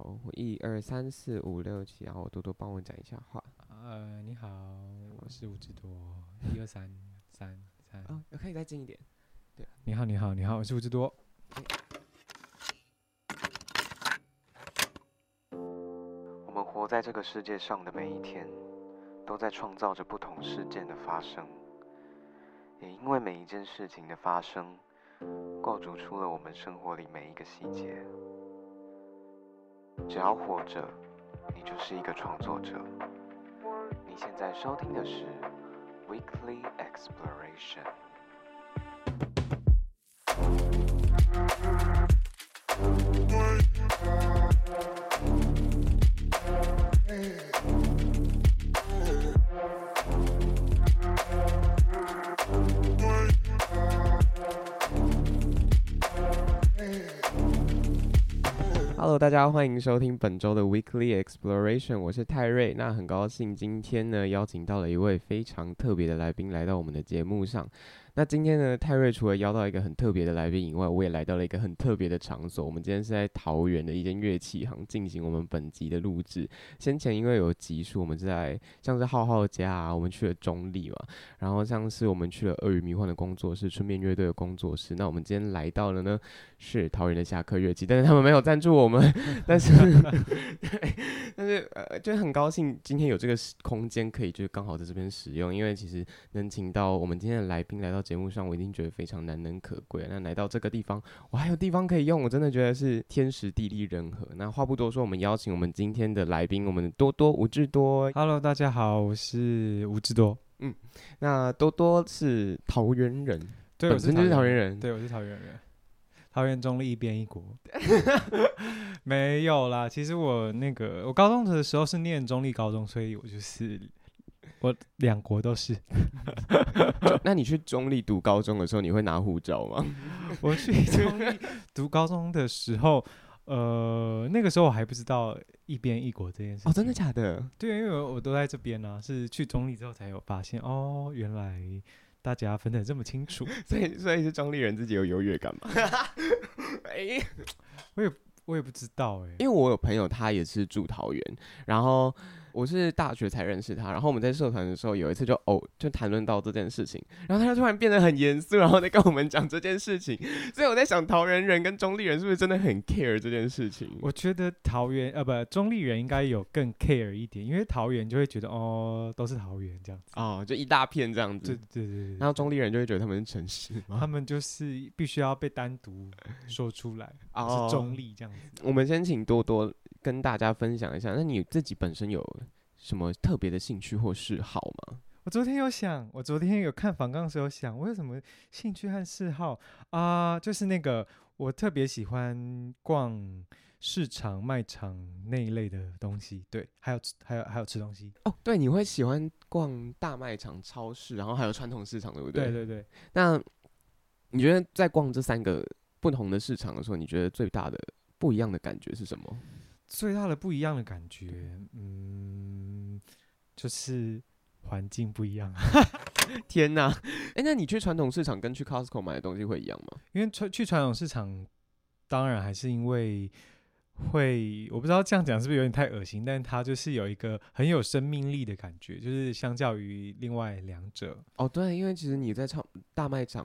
我一二三四五六七，然后多多帮我讲一下话。呃，你好，我是吴志多，一二三三三。哦，可以再近一点。你好，你好，你好，我是吴志多。我们活在这个世界上的每一天，都在创造着不同事件的发生，也因为每一件事情的发生，构筑出了我们生活里每一个细节。只要活着，你就是一个创作者。你现在收听的是 Weekly Exploration。Hello，大家欢迎收听本周的 Weekly Exploration，我是泰瑞。那很高兴今天呢邀请到了一位非常特别的来宾来到我们的节目上。那今天呢，泰瑞除了邀到一个很特别的来宾以外，我也来到了一个很特别的场所。我们今天是在桃园的一间乐器行进行我们本集的录制。先前因为有集数，我们是在像是浩浩家啊，我们去了中立嘛，然后像是我们去了鳄鱼迷幻的工作室、春面乐队的工作室。那我们今天来到了呢，是桃园的侠客乐器，但是他们没有赞助我们， 但是对但是呃，就很高兴今天有这个时空间可以就是刚好在这边使用，因为其实能请到我们今天的来宾来到节目上，我一定觉得非常难能可贵。啊那来到这个地方，我还有地方可以用，我真的觉得是天时地利人和。那话不多说，我们邀请我们今天的来宾，我们的多多吴志多。 Hello，大家好，我是吴志多。那多多是桃园人，对，我本是身就是桃园人，对，我是桃园人，桃园中立一边一国。 没有啦，其实我那个我高中的时候是念中立高中，所以我就是我两国都是。就那你去中立读高中的时候，你会拿护照吗？我去中立读高中的时候，呃，那个时候我还不知道一边一国这件事情。哦，真 的假的？对，因为我我都在这边呢、是去中立之后才有发现，哦，原来大家分得这么 清楚。所以所以是中立人自己有优越感 嘛？哎，我也不知道哎、因为我有朋友，他也是住桃园，然后我是大学才认识他，然后我们在社团的时候有一次就偶就谈论到这件事情，然后他就突然变得很严肃，然后在跟我们讲这件事情， 所以我在想桃园人跟中立人是不是真的很 care 这件事情？我觉得桃园呃不中立人应该有更 care 一点，因为桃园就会觉得哦都是桃园这样子。哦，就一大片这样对子，对对然对，后中立人就会觉得他们是城市他们就是必须要被单独说出来， 哦，是中立这样子。我们先请多多跟大家分享一下，那你自己本身有什么特别的兴趣或嗜好吗？我昨天有想，我昨天有看反纲的时候想，我有什么兴趣和嗜好啊、就是那个我特别喜欢逛市场、卖场那一类的东西，对，还有吃还有还有吃东西，哦，对，你会喜欢逛大卖场、超市，然后还有传统市场，对不对？对对对。那你觉得在逛这三个不同的市场的时候，你觉得最大的不一样的感觉是什么？最大的不一样的感觉，嗯，就是环境不一样，天 哪！哎，那你去传统市场跟去 Costco 买的东西会一样吗？因为传去传统市场，当然还是因为会，我不知道这样讲是不是有点太恶心，但它就是有一个很有生命力的感觉，就是相较于另外两者，哦，对，因为其实你在超大卖场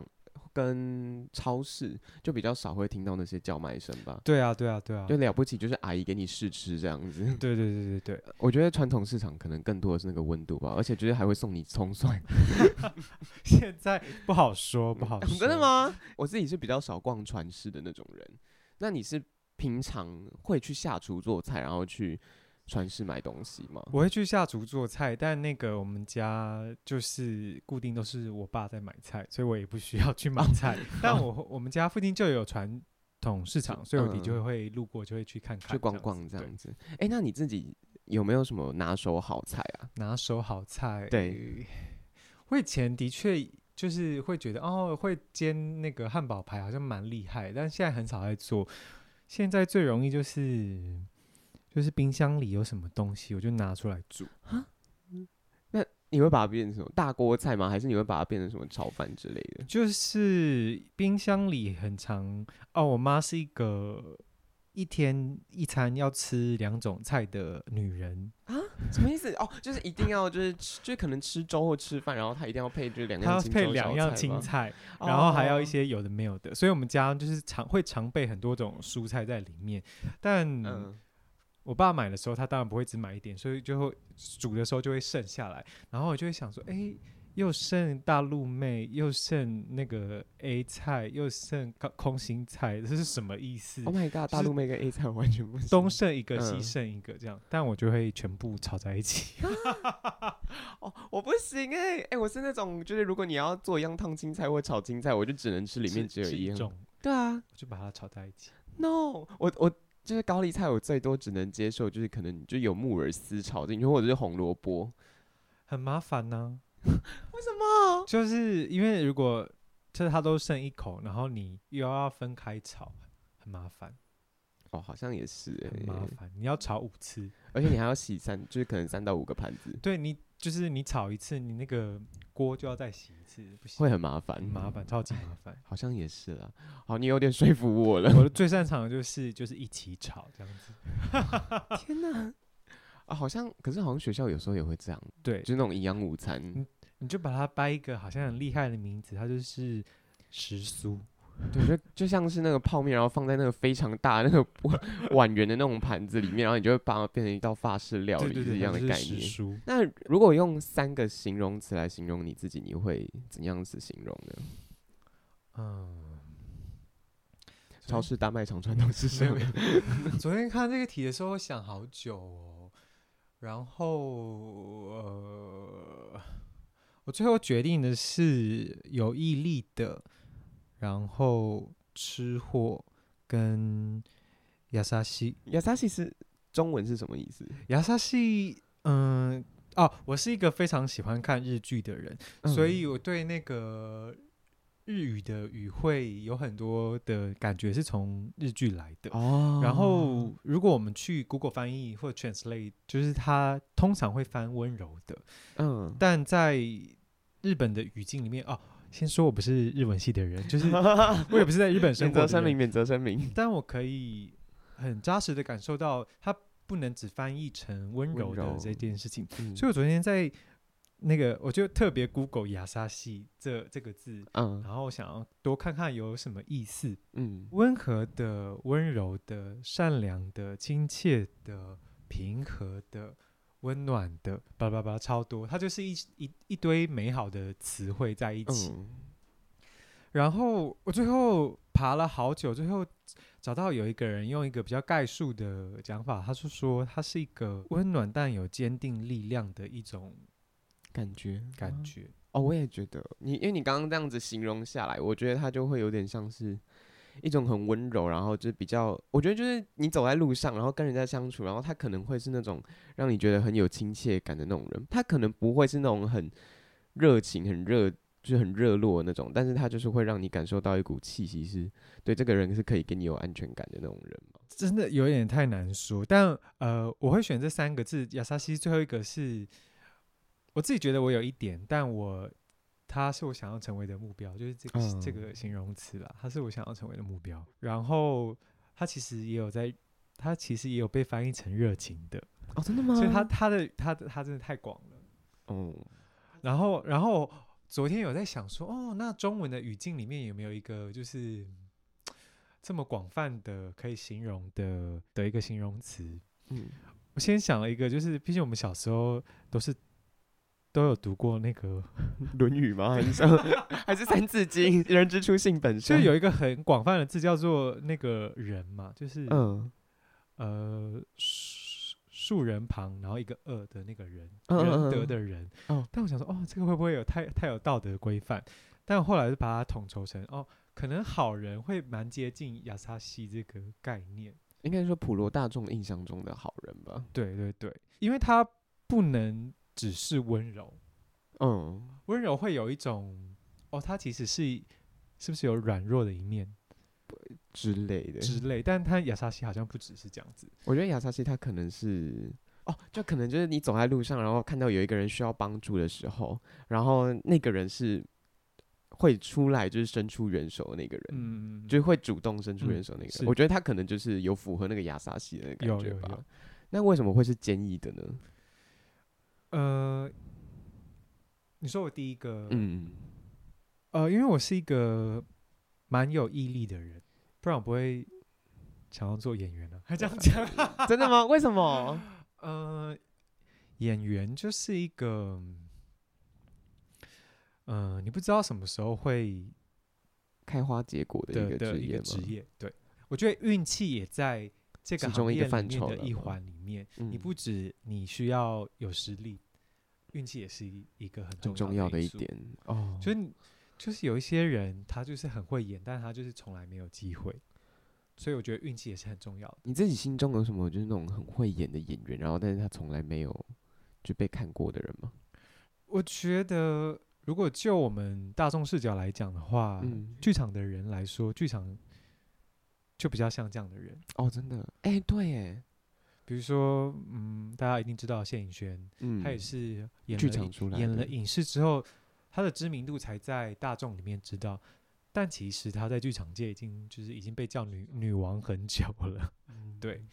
跟超市就比较少会听到那些叫卖声吧。对啊，对啊，对啊，就了不起，就是阿姨给你试吃这样子。 对对对对对， 我觉得传统市场可能更多的是那个温度吧，而且就是还会送你葱 蒜。现在不好说，不好 说，嗯真的？吗？我自己是比较少逛传世的那种人。那你是平常会去下厨做菜，然后去传世买东西吗？我会去下厨做菜，但那个我们家就是固定都是我爸在买菜，所以我也不需要去哦买菜。 但我我们家附近就有传统市场，所以我的嗯就会路过就会去看看，去逛这样逛子这对样子。哎、那你自己有没有什么拿手好菜啊？拿手好菜。对，我以前的确就是会觉得哦，会煎那个汉堡排好像蛮厉害，但现在很少在做。现在最容易就是就是冰箱里有什么东西，我就拿出来煮。你会把它变成什么大锅菜吗？还是你会把它变成什么炒饭之类的？就是冰箱里很常哦，我妈是一个一天一餐要吃两种菜的女人， 什么意思？哦，就是一定要就是吃，就是可能吃粥或吃饭，然后他一定要配就是两她样要青配粥两小样菜青吗，菜，然后还要一哦些有的没有的，所以我们家就是常会常备很多种蔬菜在里面。但嗯，我爸买的时候，他当然不会只买一点，所以就会煮的时候就会剩下来。然后我就会想说，哎，又剩大陆妹，又剩那个 A 菜，又剩高空心菜，这是什么意思？ Oh my god，大是陆妹跟 A 菜完全不行。东剩一个，西嗯剩一个，这样，但我就会全部炒在一起。哦，我不行哎、欸、哎、我是那种就是如果你要做一样烫青菜或炒青菜，我就只能吃里面只有吃 一样。种，对啊我就把它炒在一起。 ，no，我我就是高丽菜，我最多只能接受就是可能就有木耳丝炒进去，或者是红萝卜。很麻烦呢、 为什么？就是因为如果就是它都剩一口，然后你又要分开炒，很麻烦，哦，好像也是、欸，很麻烦。你要炒五次，而且你还要洗三，就是可能三到五个盘子，对你就是你炒一次，你那个锅就要再洗一次，不行，会很麻烦。很麻烦，超级麻 烦。好像也是啦。好，你有点说服我了。我的最擅长的就是就是一起炒这样子，天哪！ 啊，好像，可是好像学校有时候也会这样，对就，是那种营养午嗯餐。你就把它掰一个好像很厉害的名字，它就是时蔬。对，就就像是那个泡面，然后放在那个非常大的那个碗 碗圆的那种盘子里面，然后你就会把它变成一道法式料对理，对是对，一样它的就概是念。时蔬。那如果用三个形容词来形容你自己，你会怎样子形容呢？嗯，超市、大卖场、传统市场。嗯昨天看这个题的时候，我想好久哦，然后呃，我最后决定的是有毅力的，然后吃货跟亚沙西，亚萨西是中文是什么意思？亚沙西，嗯。哦，我是一个非常喜欢看日剧的人，嗯所以我对那个日语的语汇有很多的感觉是从日剧来的。哦，然后，如果我们去 Google 翻译或 Translate，就是它通常会翻温柔的，嗯，但在日本的语境里面，哦，先说我不是日文系的人， 就是我也不是在日本生免活责的声明，人，免责声明。但我可以很扎实的感受到，它不能只翻译成温温柔的柔嗯这件事情。所就以我昨天在那个，我就特别 Google 亚沙系这这个字，嗯然后我想要多看看有什么意思。嗯，温和的、温柔的、善良的、亲切的、平和的、温暖的，叭叭叭，超多，它就是一一一堆美好的词汇在一起。嗯然后我最后爬了好久，最后找到有一个人用一个比较概述的讲法，他是说它是一个温暖但有坚定力量的一种感觉感觉。哦，我也觉得你，因为你刚刚这样子形容下来，我觉得它就会有点像是一种很温柔，然后就是比较，我觉得就是你走在路上，然后跟人家相处，然后他可能会是那种让你觉得很有亲切感的那种人，他可能不会是那种很热情、很热。就是很热络的那种，但是他就是会让你感受到一股气息是，对这个人是可以给你有安全感的那种人嘛。真的有点太难说，但呃，我会选这三个字。亚沙西最后一个是我自己觉得我有一点，但我它是我想要成为的目标，就是这个、嗯这个形容词啦，它是我想要成为的目标。然后它其实也有在，它其实也有被翻译成热情的，哦，真的吗？所以它它的它的它真的太广了。哦，然后然后昨天有在想说，哦，那中文的语境里面有没有一个就是这么广泛的可以形容的的一个形容词？嗯，我先想了一个，就是毕竟我们小时候都是都有读过那个， 《论语》吗？还是什么 还是《三字经》？ 人之初，性本就善。是有一个很广泛的字叫做那个人嘛，就是、嗯呃树树人旁，然后一个恶的那个人，嗯嗯仁嗯德嗯的人。哦但我想说，哦，这个会不会有太太有道德规范？但后来就把它统筹成哦。可能好人会蛮接近亚萨西这个概念，应该说普罗大众印象中的好人吧。对对对，因为他不能只是温柔，嗯，温柔会有一种哦，它其实是是不是有软弱的一面之类的。之类，但它亚沙西好像不只是这样子，我觉得亚萨西他可能是哦，就可能就是你走在路上，然后看到有一个人需要帮助的时候，然后那个人是会出来就是伸出援手的那个人，嗯，嗯嗯就会主动伸出嗯援手那个是人。我觉得他可能就是有符合那个亚萨西的那个感有觉有吧有。那为什么会是坚毅的呢？呃，你说我第一个，嗯，呃，因为我是一个蛮有毅力的人，不然我不会想要做演员啊了、还这样讲，嗯真的吗？为什么？ 呃，演员就是一个，呃，你不知道什么时候会开花结果的一的个的职一业个吗？职业，对我觉得运气也在这个其中行一个业里范面畴的了一吗环里面，你嗯不止你需要有实力，运气也是一个很很重重要的因一素。点哦，就是你就是有一些人他就是很会演，但他就是从来没有机会，所以我觉得运气也是很重要的。你自己心中有什么就是那种很会演的演员，然后但是他从来没有就被看过的人吗？我觉得如果就我们大众视角来讲的话，嗯，剧场的人来说，剧场就比较像这样的人，哦，真的，哎、对，哎，比如说，嗯，大家一定知道谢颖轩，嗯，他也是演剧了场影出来演的了影视之后，他的知名度才在大众里面知道。但其实他在剧场界已经就是已经被叫女女王很久了，对，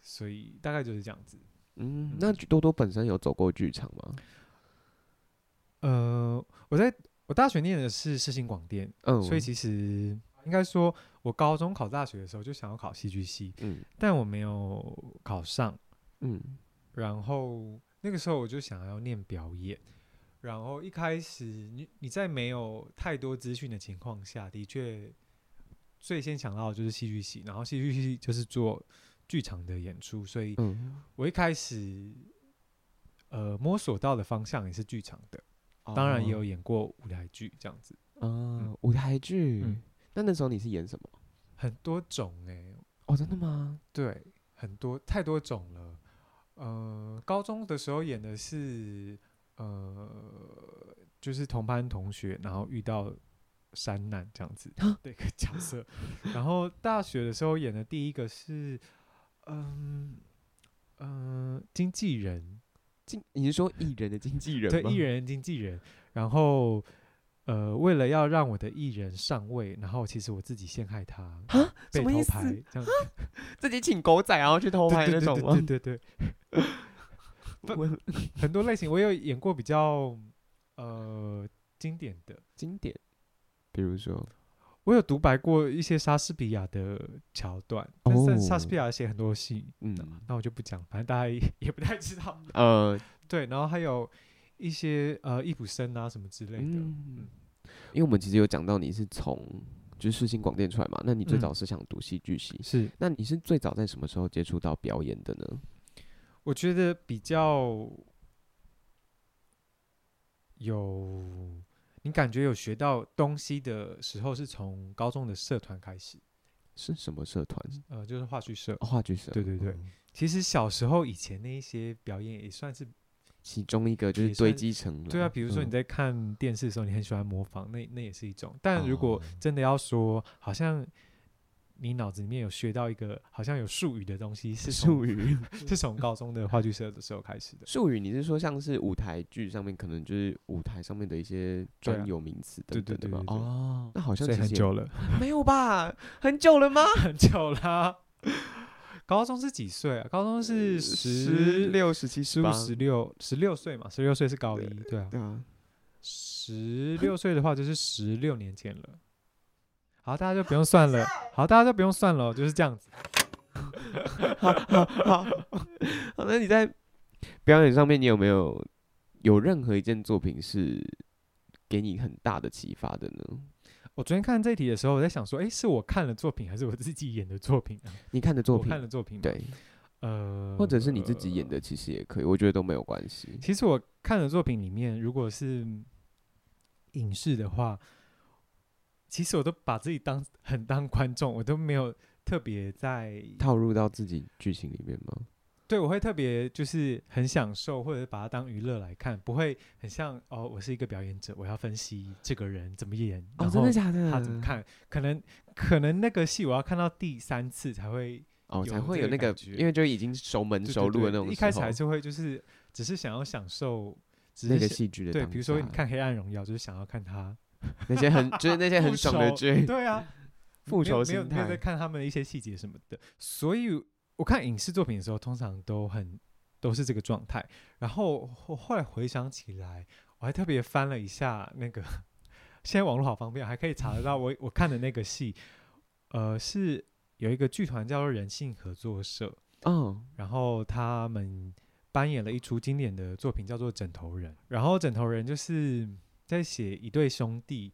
所以大概就是这样子。嗯，那多多本身有走过剧场吗？呃，我在我大学念的是世新广电，嗯，所以其实应该说，我高中考大学的时候就想要考戏剧系，嗯但我没有考上。嗯然后那个时候我就想要念表演，然后一开始你你在没有太多资讯的情况下，的确最先想到的就是戏剧系，然后戏剧系就是做剧场的演出，所以嗯，我一开始呃摸索到的方向也是剧场的，当然也哦有演过舞台剧这样子，啊，舞台剧嗯。那那时候你是演什么？很多种哎、哦，真的吗？对，很多太多种了。呃，高中的时候演的是呃，就是同班同学，然后遇到山难这样子的一个角色。然后大学的时候演的第一个是，嗯嗯、呃经纪人，经你是说艺人的经纪人对，吗？艺人经纪人。然后呃，为了要让我的艺人上位，然后其实我自己陷害他，啊，被什么偷意思？拍这样子。自己请狗仔然后去偷拍那对对种对吗对？对对。对 我很多类型，我有演过比较呃经典的，经典，比如说，我有独白过一些莎士比亚的桥段，但是莎士哦比亚写很多戏，嗯那我就不讲，反正大家也 也不太知道。呃，对，然后还有一些呃易卜生啊什么之类的，嗯，因为我们其实有讲到你是从就是世新广电出来嘛，那你最早是想读戏剧系，是那你是最早在什么时候接触到表演的呢？我觉得比较有你感觉有学到东西的时候，是从高中的社团开始，是什么社团？呃，就是话剧社。哦话剧社。对对对嗯，其实小时候以前那一些表演也算是其中一个就也是算堆积嗯成了。对啊，比如说你在在看电视的时候，你很喜欢模仿，那那也是一种。但如哦果真的要说，好像你脑子里面有学到一个好像有术语的东西，是从术语， 是从高中的话剧社的时候开始的。术语你是说像是舞台剧上面可能就是舞台上面的一些对啊专有名词对等对等的吗对对？对哦，那好像所以其很实也久了，没有吧？很久了吗？很 久啦。高中是几岁啊？高中是十、六、呃十七、十五、十六、十六岁嘛？十六岁是高一，对啊。对啊，十六岁的话就是十六年前了。好，大家就不用算 了。好，大家就不用算了哦，就是这样子。好，好，那你在表演上面，你有没有有任何一件作品是给你很大的启发的呢？我昨天看这一题的时候，我在想说，诶，是我看了作品，还是我自己演的作品啊？你看的作我看品，了作品，，对，呃，或者是你自己演。的，其实也可以，我觉得都没有关系。其实我看的作品里面，如果是影视的话，其实我都把自己当很当观众，我都没有特别在，套入到自己剧情里面吗？对我会特别就是很享受，或者把它当娱乐来看，不会很像哦，我是一个表演者，我要分析这个人怎么演，然哦，后真的假的？他怎么？看，可能可能那个戏我要看到第三次才会。哦，有才会这有个那感个，觉因为就已经熟门对熟对路的对那种时候。一开始还是会就是只是想要享受，只那是个想戏剧的对，当比如说你下看《黑暗荣耀》，就是想要看他那些很就是那些很复爽的仇剧，对啊， 复没有仇没有心没有在态。看他们的一些细节什么的，所以我看影视作品的时候，通常都很都是这个状态。然后我后来回想起来，我还特别翻了一下那个，现在网络好方便，还可以查得到我我看的那个戏，呃，是有一个剧团叫做人性合作社，嗯，然后他们扮演了一出经典的作品，叫做《枕头人》。然后《枕头人》就是在写一对兄弟，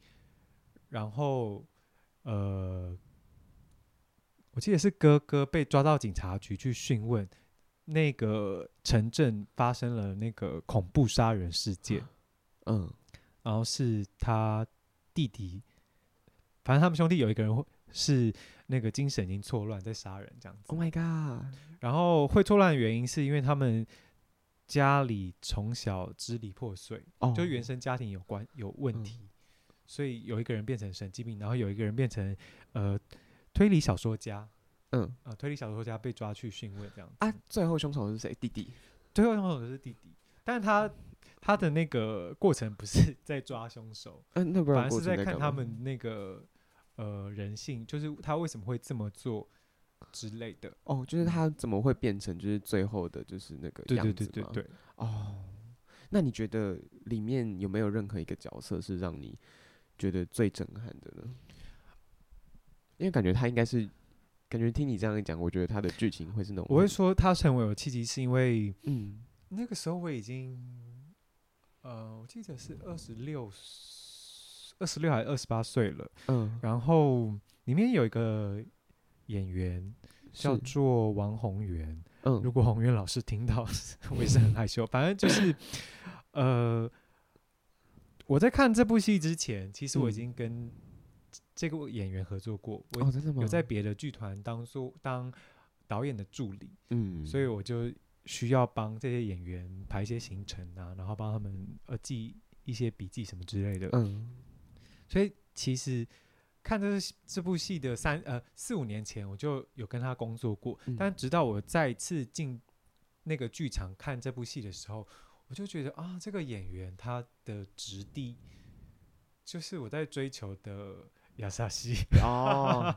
然后呃，我记得是哥哥被抓到警察局去讯问，那个城镇发生了那个恐怖杀人事件，嗯，然后是他弟弟，反正他们兄弟有一个人会是那个精神已经错乱，在杀人这样子。 Oh my god！然后会错乱的原因是因为他们家里从小支离破碎，哦，就原生家庭有关有问嗯题，所以有一个人变成神经病，然后有一个人变成呃推理小说家，嗯呃推理小说家被抓去讯问这样子。啊，最后凶手是谁？弟弟。最后凶手是弟弟，但是他他的那个过程不是 在抓凶手，嗯，那不反而然是过程在看干他嘛们那个呃人性，就是他为什么会这么做之类的。哦，就是他怎么会变成就是最后的就是那个嗯对样对子对对吗对。哦，那你觉得里面有没有任何一个角色是让你觉得最震撼的呢？因为感觉他应该是，感觉听你这样一讲，我觉得他的剧情会是那种很，我会说他成为我契机，是因为嗯，那个时候我已经，呃，我记得是二十六、二十六还是二十八岁了。嗯然后里面有一个演员叫是做王宏源，如嗯果宏源老师听到， 我也是很害羞。反正就是，呃，我在看这部戏之前，其实我已嗯经跟这个演员合作过，我哦，真的吗？有在别的剧团当做当导演的助理。嗯，所以我就需要帮这些演员排一些行程啊，然后帮他们呃记一些笔记什么之类的。嗯所以其实看这是这部戏的三呃四五年前，我就有跟他工作过，嗯但直到我再次进那个剧场看这部戏的时候，我就觉得啊，这个演员他的质地就是我在追求的亚萨西。哦，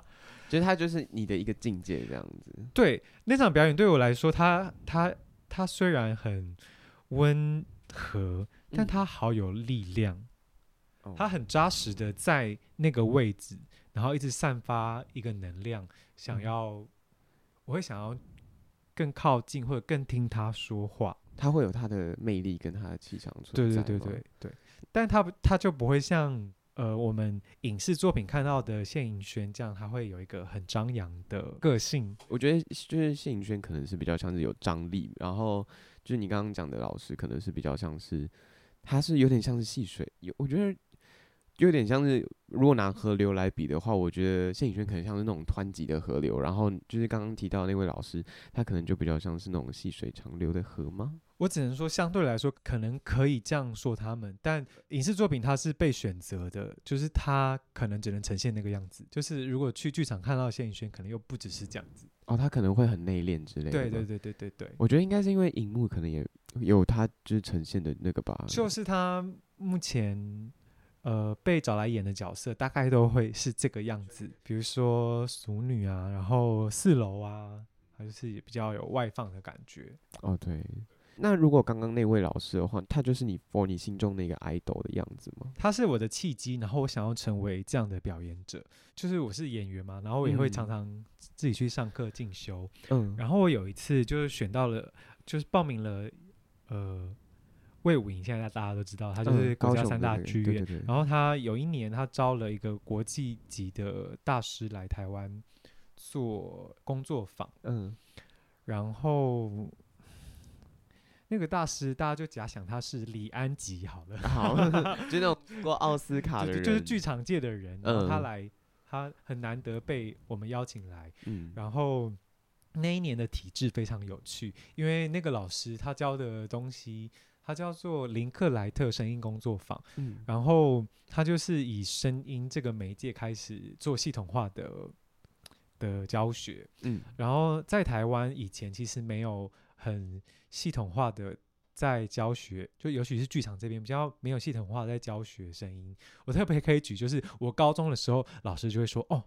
就是他就是你的一个境界这样子，对那场表演对我来说，他他他虽然很温和，但嗯他好有力量，哦他很扎实的在那个位置，然后一直散发一个能量，想嗯要、我会想要更靠近或者更听他说话。他会有他的魅力跟他的气场对存在对对吗对对，但他不他就不会像呃我们影视作品看到的谢颖轩这样，他会有一个很张扬的个性。我觉得就是谢颖轩可能是比较像是有张力，然后就是你刚刚讲的老师可能是比较像是，他是有点像是戏水，有我觉得有点像是如果拿河流来比的话，我觉得谢颖轩可能像是那种湍急的河流，然后就是刚刚提到那位老师，他可能就比较像是那种细水长流的河吗？我只能说，相对来说，可能可以这样说他们，但影视作品它是被选择的，就是它可能只能呈现那个样子。就是如果去剧场看到谢颖轩，可能又不只是这样子。哦，他可能会很内敛之类的。对对，对对对对，我觉得应该是因为荧幕可能也有他就是呈现的那个吧，就是他目前呃被找来演的角色，大概都会是这个样子，比如说熟女啊，然后四楼啊，还是比较有外放的感觉。哦，对。那如果刚刚那位老师的话，他就是你 for 你心中那个 idol 的样子吗？他是我的契机，然后我想要成为这样的表演者，就是我是演员嘛，然后我也会嗯常常自己去上课进修，嗯，然后我有一次就是选到了，就是报名了，呃，魏武营现在大家都知道，他就嗯是国高家雄三的大那个剧对院，对对然后他有一年他招了一个国际级的大师来台湾做工作坊，嗯， 然后。那个大师，大家就假想他是李安吉好了，好， 就那种过奥斯卡的就啊人，就是剧场界的人，然后他嗯来，他很难得被我们邀请来，嗯，然后那一年的体制非常有趣，因为那个老师他教的东西，他叫做林克莱特声音工作坊，嗯，然后他就是以声音这个媒介开始做系统化的的教学，嗯，然后在台湾以前其实没有很系统化的在教学，就尤其是剧场这边比较没有系统化地在教学声音。我特别可以举，就是我高中的时候，老师就会说：“哦，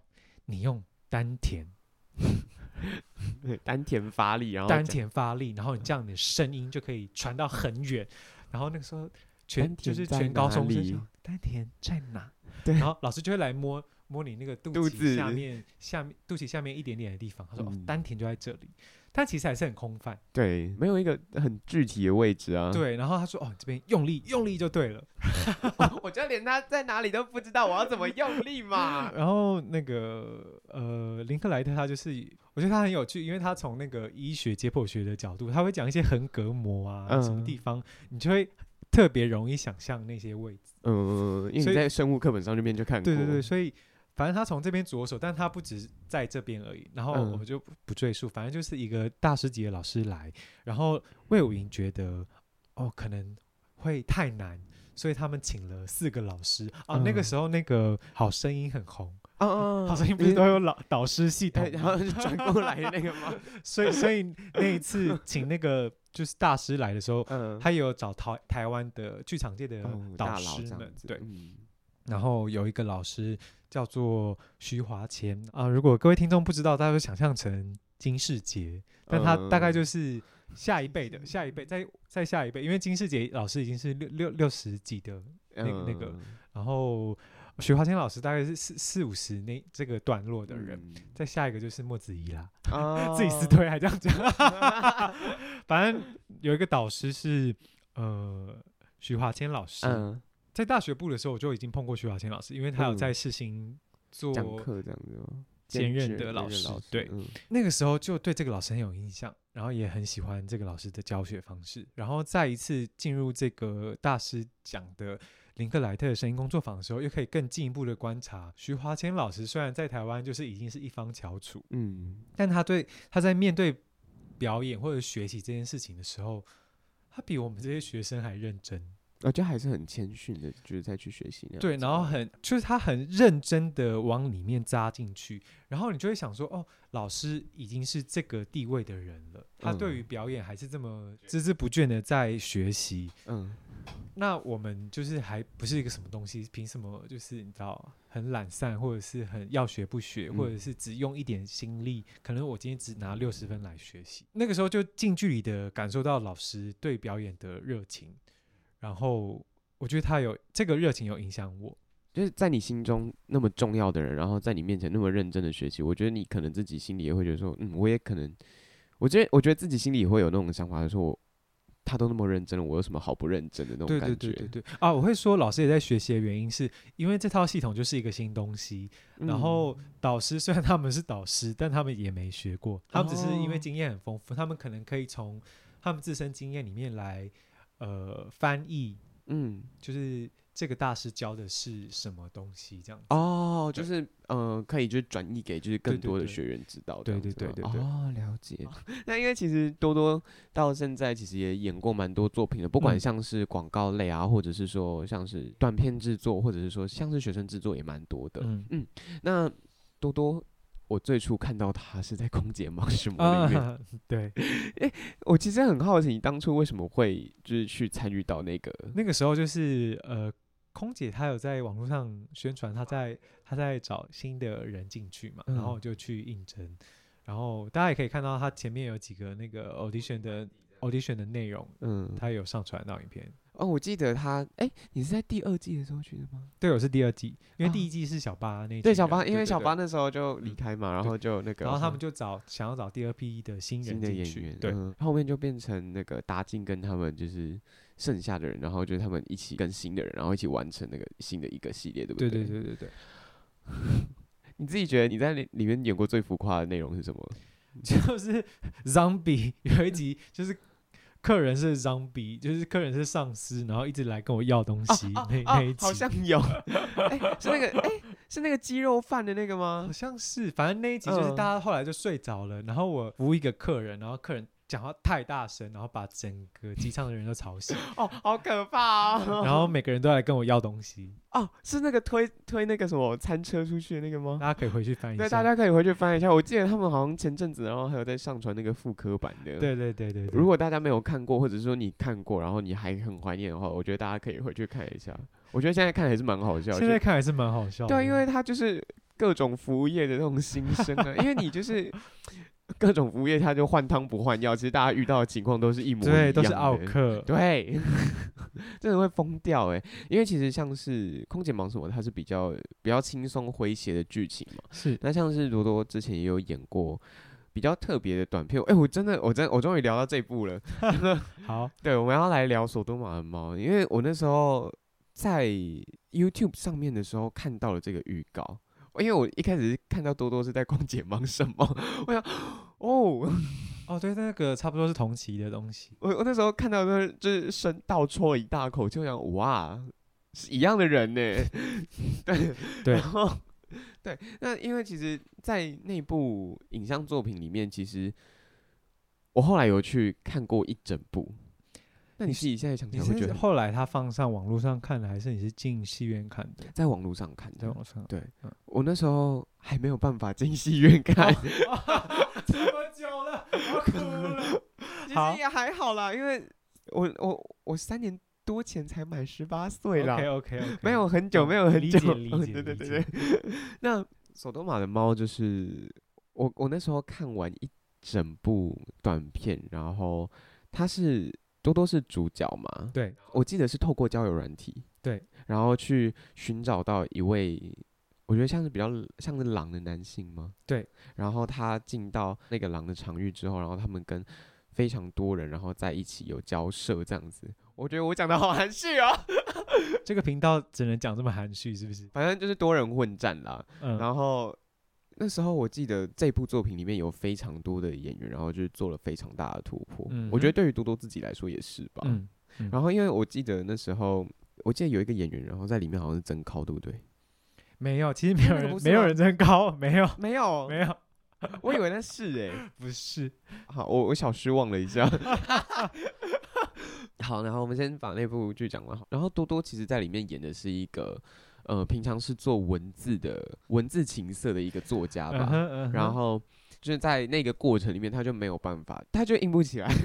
你用丹田，丹田发力，然后丹讲田发力，然后你这样你的声音就可以传到很远。”然后那个时候全丹就田是在全高哪中生里说丹田在哪？对然后老师就会来摸摸你那个肚肚脐下子面下面肚脐下面一点点的地方，他说：“哦嗯，丹田就在这里。”但其实还是很空泛。对，没有一个很具体的位置啊。，对，然后他说：“哦，你这边用力，用力就对了。” 我就连他在哪里都不知道，我要怎么用力 嘛？然后那个呃，林克莱特他就是，我觉得他很有趣，因为他从那个医学解剖学的角度，他会讲一些横膈膜啊、什么嗯地方，你就会特别容易想象那些位置。嗯，因为所你以在生物课本上就面就看过。对对对，所以反正他从这边着手，但他不只是在这边而已。然后我嗯们就不不赘述，反正就是一个大师级的老师来，然后魏武营觉得哦，可能会太难。所以他们请了四个老师啊、那个嗯时候那个好声音很红，啊啊，啊好声音不是都有老导师系统哎吗，然后 就转过来的那个吗？所以所以那一次请那个就是大师来的时候，嗯，他也有找台台湾的剧场界的哦导大佬师这们样，子，对，嗯然后有一个老师叫做徐华谦啊，如果各位听众不知道，大家就想象成金世杰，但他大概嗯就是下一辈的下一辈，再再下一辈，因为金世杰老师已经是六六六十几的，那个那个嗯然后徐华谦老师大概是四四五十那这个段落的人，嗯再下一个就是莫子仪啦，啊自己私推还这样 讲， 反正有一个导师是呃徐华谦老师，嗯，在大学部的时候我就已经碰过徐华谦老师，因为他有嗯在世新做讲课这样子吗？兼任职的任老师师，对嗯那个时候就对这个老师很有印象，然后也很喜欢这个老师的教学方式。然后再一次进入这个大师讲的林克莱特的声音工作坊的时候，又可以更进一步的观察徐华谦老师，虽然在台湾就是已经是一方翘楚，嗯，但他对他在面对表演或者学习这件事情的时候，他比我们这些学生还认真。我哦觉得还是很谦逊的，就是再去学习那样对，子然后啊很就是他很认真的往里面扎进去，然后你就会想说，哦，老师已经是这个地位的人了，他对于嗯表演还是这么孜孜不倦的在学习，嗯，那我们就是还不是一个什么东西，凭什么就是你知道很懒散，或者是很要学不学，或者嗯是只用一点心力？可能我今天只拿六十分来学习。那个时候就近距离的感受到老师对表演的热情，然后我觉得他有这个热情有影响我。就是在你心中那么重要的人，然后在你面前那么认真的学习，我觉得你可能自己心里也会觉得说，嗯，我也可能，我觉得我觉得自己心里也会有那种想法，就说我他都那么认真了，我有什么好不认真的那种对感对觉？对对对啊！我会说老师也在学习的原因是因为这套系统就是一个新东西，嗯然后导师虽然他们是导师，但他们也没学过，他们只是因为哦经验很丰富，他们可能可以从他们自身经验里面来呃翻译，嗯，就是这个大师教的是什么东西这样子。哦，对就是呃，可以就是转译给就是更对多的对学员知道这对样对子吗，对对对哦，了解。 那因为其实多多到现在其实也演过蛮多作品的，不管嗯像是广告类啊，或者是说像是短片制作，或者是说像是学生制作也蛮多的。嗯那多多。我最初看到他是在《空姐忙什么》里面，啊， 对，我其实很好奇，你当初为什么会就是去参与到那个那个时候就是呃，空姐她有在网络上宣传，她在她在找新的人进去嘛，然后嗯我就去应征，然后大家也可以看到她前面有几个那个 audition 的 audition 的内容，嗯，她有上传到影片。哦，我记得他，哎、你是在第二季的时候去的吗？对，我是第二季，因为哦第一季是小巴那一对，群小人巴，因为小，巴对嗯那时候就离开嘛，然对后就那个，嗯对然后他们就找想要找第二批的新人新的进演去员，，对，嗯后面就变成那个达进跟他们就是剩下的人，然后就是他们一起跟新的人，然后一起完成那个新的一个系列，对不对对对对对对。你自己觉得你在里里面演过最浮夸的内容是什么？ 就是 zombie 有一集就是客人是 zombie，就是客人是丧尸，然后一直来跟我要东西，哦那、那一集好像有，哎、是那个，哎、是那个鸡肉饭的那个吗好？像是，反正那一集就是嗯大家后来就睡着了，然后我服务一个客人，然后客人讲话太大声，然后把整个机舱的人都 吵醒，哦，好可怕哦！ 然后每个人都来跟我要东西，哦，是那个推推那个什么餐车出去的那个吗？大家可以回去翻一下。对，大家可以回去翻一下。我记得他们好像前阵子，然后还有在上传那个复刻版的。，对对对对对如果大家没有看过，或者说你看过，然后你还很怀念的话，我觉得大家可以回去看一下。我觉得现在看还是蛮好笑的。现在看还是蛮好笑的。对啊，因为它就是各种服务业的那种心声啊，因为你就是 各种服务业，他就换汤不换药，其实大家遇到的情况都是一模一样对都是的奥克，对， 真的会疯掉哎、因为其实像是空姐忙什么，它是比较比较轻松诙谐的剧情嘛。是那像是罗多之前也有演过比较特别的短片，哎、我真的我真我终于聊到这一步了。好对，我们要来聊索多玛的猫，因为我那时候在 YouTube 上面的时候看到了这个预告，因为我一开始是看到多多是在逛解忙什么，我想哦，哦，对，那个差不多是同期的东西。我我那时候看到就是就是深倒抽了一大口，就想哇，是一样的人呢。 对对然后对，那因为其实，在那部影像作品里面，其实我后来有去看过一整部。那你你自己现在想起你来会觉是得，后来他放上网络上看的，还是你是进戏院看的？在网络上看在的网，络 上对嗯我那时候还没有办法进戏院 看，这么久了，我哭 了。其好实也还好啦，因为我我我三年多前才满十八岁啦， OK OK OK，没有很久，嗯没有很理久， 解理解对对理对对。那首都马的猫就是我，我那时候看完一整部短片，然后他是多多是主角嘛，对我记得是透过交友软体，对，然后去寻找到一位。我觉得像是比较像是狼的男性吗？对。然后他进到那个狼的场域之后，然后他们跟非常多人，然后在一起有交涉这样子。我觉得我讲的好含蓄哦。 这个频道只能讲这么含蓄，是不是？反正就是多人混战啦。嗯，然后那时候我记得这部作品里面有非常多的演员，然后就是做了非常大的突破。嗯哼我觉得对于多多自己来说也是吧。嗯，然后因为我记得那时候，我记得有一个演员，然后在里面好像是曾高，对不对？没有，其实没有哎那个不人，是啊没有吗人真高，没 有，没有没有，我以为那是哎、不是， 好，我我小失望了一 下。好，然后我们先把那部剧讲完。好，然后多多其实在里面演的是一个，呃，平常是做文字的文字情色的一个作家吧。嗯哼嗯哼然后就是在那个过程里面，他就没有办法，他就硬不起来。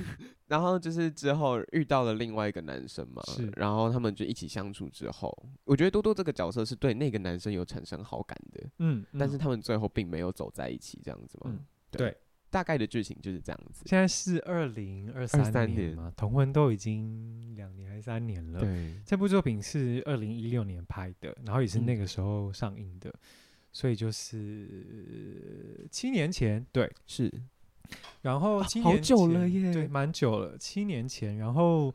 然后就是之后遇到了另外一个男生嘛是，然后他们就一起相处之后，我觉得多多这个角色是对那个男生有产生好感的，嗯，但嗯是他们最后并没有走在一起，这样子嘛。嗯对大概的剧情就是这样子。现在是二零二23三年嘛，同婚都已经两年还是三年了。对，这部作品是二零一六年拍的，然后也是嗯那个时候上映的，所以就是呃七年前，对，是嗯然后啊七好年久前了耶对，蛮久了，七年前。然后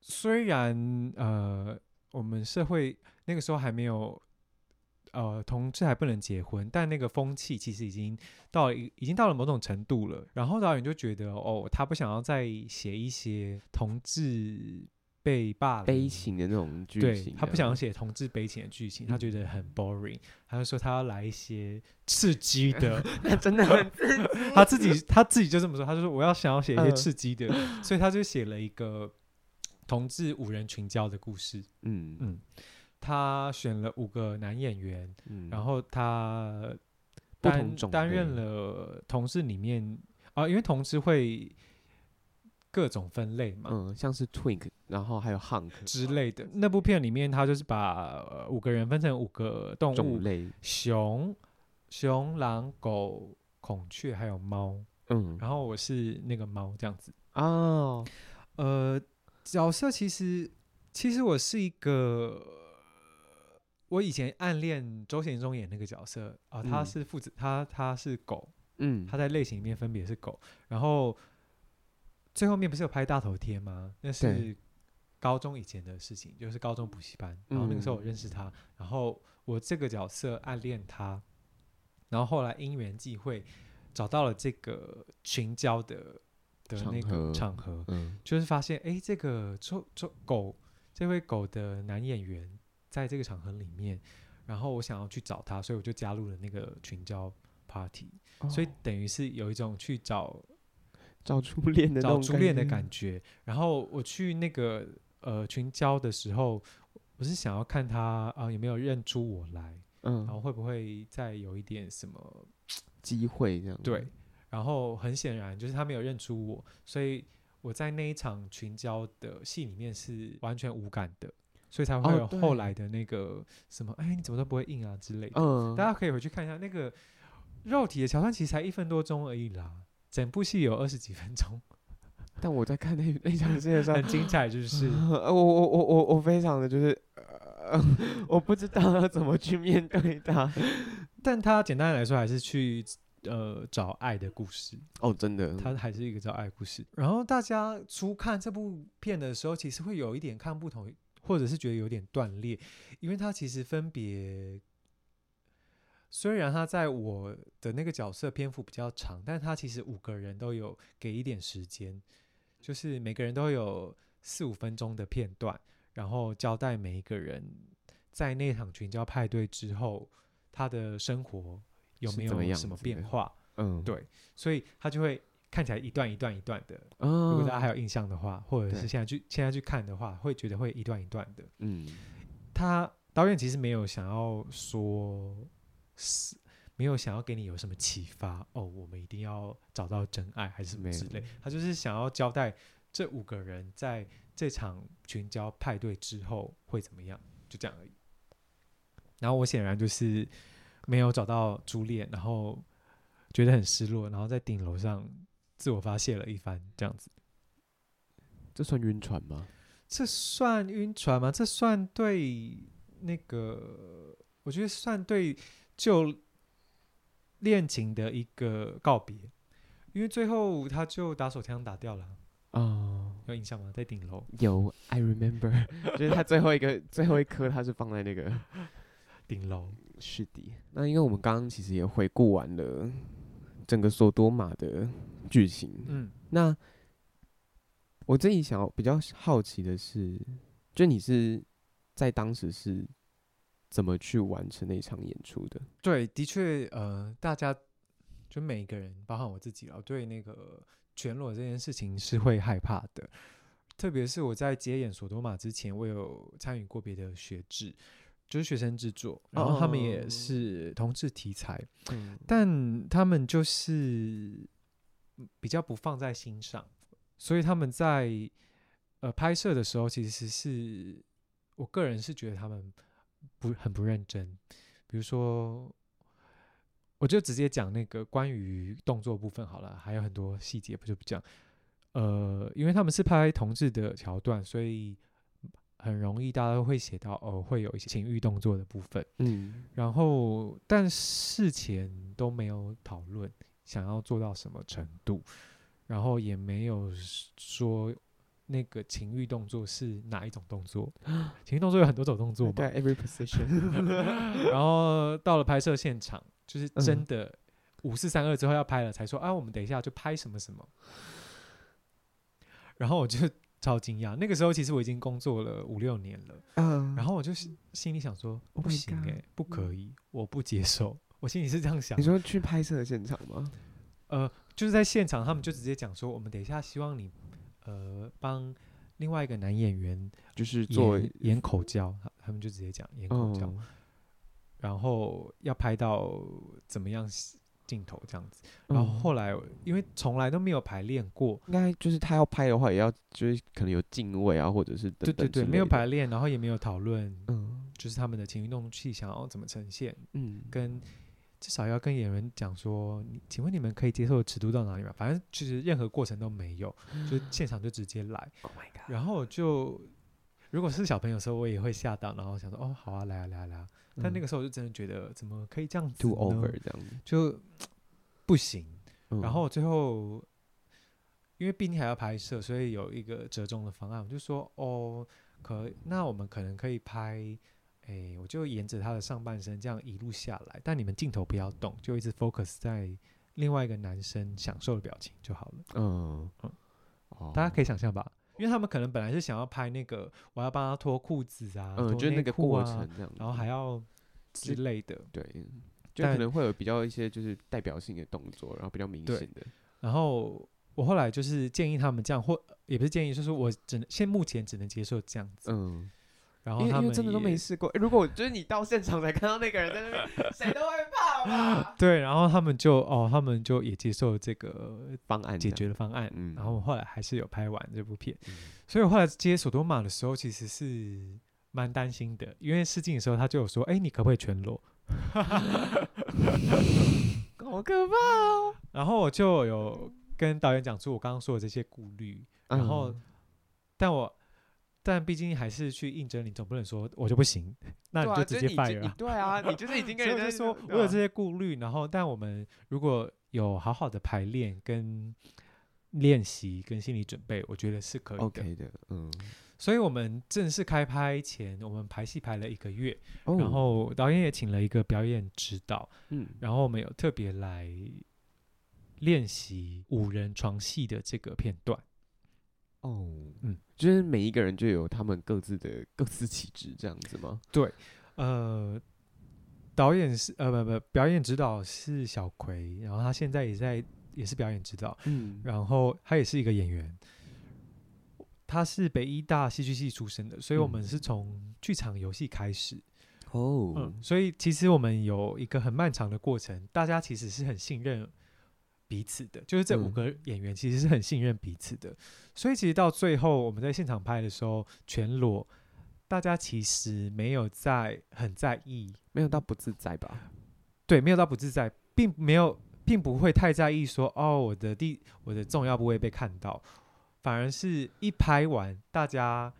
虽然呃，我们社会那个时候还没有呃，同志还不能结婚，但那个风气其实已经到了一已经到了某种程度了。然后导演就觉得哦，他不想要再写一些同志被霸凌悲情的那嗯种剧对情，啊他不想写同志悲情的剧情，他觉得很 boring，他就说他要来一些刺激的，那 真 的很他自己他自己就这么说，他就说我要想要写一些嗯刺激的，所以他就写了一个同志五人群交的故事，嗯嗯，他选了五个男演员，嗯然后他不担同种担类任了同志里面啊，因为同志会各种分类嘛，嗯，像是 Twink，然后还有 Hunk 之类的。那部片里面，他就是把、呃五个人分成五个动物种：类，熊、熊、狼、狗、孔雀还有猫。嗯然后我是那个猫这样子。哦，呃，角色其实其实我是一个，我以前暗恋周贤忠演那个角色啊、他嗯是父子，他他是狗，嗯，他在类型里面分别是狗，然后最后面不是有拍大头贴吗？那是高中以前的事情，就是高中补习班，然后那个时候我认嗯识他，然后我这个角色暗恋他，然后后来因缘际会找到了这个群交的的那个场场合，嗯就是发现诶，这个周周狗这位狗的男演员在这个场合里面，然后我想要去找他，所以我就加入了那个群交 party。所以哦等于是有一种去找找初恋的那找种初恋的感感觉。然后我去那个呃群交的时候，我是想要看他啊、有没有认出我来，觉，然嗯，后会不会再有一点什么机会这样。对，，然后很显然就是他没有认出我，所以我在那一场群交的戏里面是完全无感的，所以才会哦有对后来的那个什么，哎，你怎么都不会硬啊之类的。嗯，大家可以回去看一下那个肉体的桥段，其实才一分多钟而已啦，整部戏有二十几分钟，但我在看那那场戏的时候 很，精彩，就是 呃我我我我我非常的就是，呃 我不知道要怎么去面对它。但他简单来说还是去呃找爱的故事，哦，真的，它还是一个叫爱故事。然后大家初看这部片的时候，其实会有一点看不同，或者是觉得有点断裂，因为它其实分别，虽然它在我的那个角色篇幅比较长，但它其实五个人都有给一点时间，就是每个人都有四五分钟的片段，然后交代每一个人在那场群交派对之后，他的生活有是没怎么有样什么子变的化。嗯，对所以他就会看起来一段一段一段的。如果大家嗯，还有印象的话，或者是对现在去现在去看的话，会觉得会一段一段的。嗯，他导演其实没有想要说，是没有想要给你有什么启发哦，我们一定要找到真爱还是什么没之类有，他就是想要交代这五个人在这场群交派对之后会怎么样，就这样而已。然后我显然就是没有找到朱恋，然后觉得很失落，然后在顶楼上自我发泄了一番，这样子。这算晕船吗？这算晕船吗？这算对那个，我觉得算对就恋情的一个告别，因为最后他就打手枪打掉了，哦，有印象吗？在顶楼，有，I remember，就是 他最后一个 最后一颗，他是放在那个顶楼，是的，那因为我们刚刚其实也回顾完了整个索多玛的剧情，嗯，那我自己想要比较好奇的是，就你是在当时是怎么去完成那场演出的？对，的确，呃，大家就每一个人，包含我自己了，啊对那个全裸这件事情是会害怕的。特别是我在接演索多玛之前，我有参与过别的学制，就是学生制作，然后他们也哦是同志题材，嗯，但他们就是嗯比较不放在心上，所以他们在呃拍摄的时候，其实是我个人是觉得他们不很不认真。比如说，我就直接讲那个关于动作部分好了，还有很多细节不就不讲。呃，因为他们是拍同志的桥段，所以很容易大家都会写到哦，会有一些情欲动作的部分。嗯，然后但事前都没有讨论想要做到什么程度，然后也没有说那个情欲动作是哪一种动 作，情欲动作有很多种动作嘛对。every position，然后到了拍摄现场，就是真嗯的五四三二之后要拍了，才说啊，我们等一下就拍什么什么。然后我就 超惊讶，那个时候其实我已经工作了五六年了。嗯，然后我就是心里想说， Oh 不 my 行 God 哎、不可以，我不接受。我心里是这样想你，说去拍摄的现场吗？呃，就是在现场，他们就直接讲说，我们等一下希望你，呃，帮另外一个男演员就是做演演口交，他他们就直接讲演口交，哦，然后要拍到怎么样镜头这样子。然后嗯后来因为从来都没有排练过，应该就是他要拍的话，也要就是可能有敬畏啊，或者是等对对等对，之没有类的排，练，然后也没有讨论，嗯就是他们的情欲动气想要怎么呈现，嗯，跟至少要跟演员讲说，你请问你们可以接受的尺度到哪里吗？反正其实任何过程都没有，就现场就直接来。嗯 Oh my god，然后我就如果是小朋友的时候，我也会吓到，然后想说哦，好啊，来啊，来啊，来啊。但那个时候我就真的觉得怎么可以这样子 too 呢嗯 over 这样子，就不行。嗯然后最后，因为毕竟还要拍摄，所以有一个折中的方案，我就说哦，可那我们可能可以拍，哎，我就沿着他的上半身这样一路下来，但你们镜头不要动，就一直 focus 在另外一个男生享受的表情就好了。嗯嗯，哦大家可以想象吧，因为他们可能本来是想要拍那个我要帮他脱裤子啊，脱嗯，就是内那个裤过啊程，这样子，然后还要之类的。对，就可但能会有比较一些就是代表性的动作，然后比较明对显的，然后我后来就是建议他们这样，或也不是建议，就是我只能现目前只能接受这样子。嗯，然因后为他因们为真的都也没试过。诶如果就是你到现场才看到那个人在那边，谁都会怕吧？对，然后他们就哦，他们就也接受这个方案解这样，决的 方案。嗯然后我后来还是有拍完这部片，嗯所以我后来接索多玛的时候，其实是蛮担心的，因为试镜的时候他就有说，哎，你可不可以全裸？好可怕哦。然后我就有跟导演讲出我刚刚说的这些顾虑，嗯然后，但我但毕竟还是去应征，你总不能说我就不行，那对你啊，直是接你 fire 你啊。对啊，你就是已经 所跟以人我家就说，我嗯有这些顾虑，然后但我们如果有好好的排练跟练习跟心理准备，我觉得是可以的。 OK 的，嗯，所以我们正式开拍前，我们排戏排了一个月，哦然后导演也请了一个表演指导，嗯然后我们有特别来练习五人床戏的这个片段。哦，嗯嗯，就是每一个人就有他们各自的各司其职这样子吗？呃，导演是呃不不，表演指导是小葵，然后他现在也在也是表演指导，嗯然后他也是一个演员。他是北医大戏剧系出身的，所以我们嗯是从剧场游戏开始，哦嗯，，所以其实我们有一个很漫长的过程，大家其实是很信任彼此的，就是这五嗯个演员其实是很信任彼此的，所以其实到最后我们在现场拍的时候全裸，大家其实没有在很在意，没有到不自在吧？对，没有到不自在，并没有，并不会太在意说哦，我的第我的重要部位被看到，反而是一拍完，大家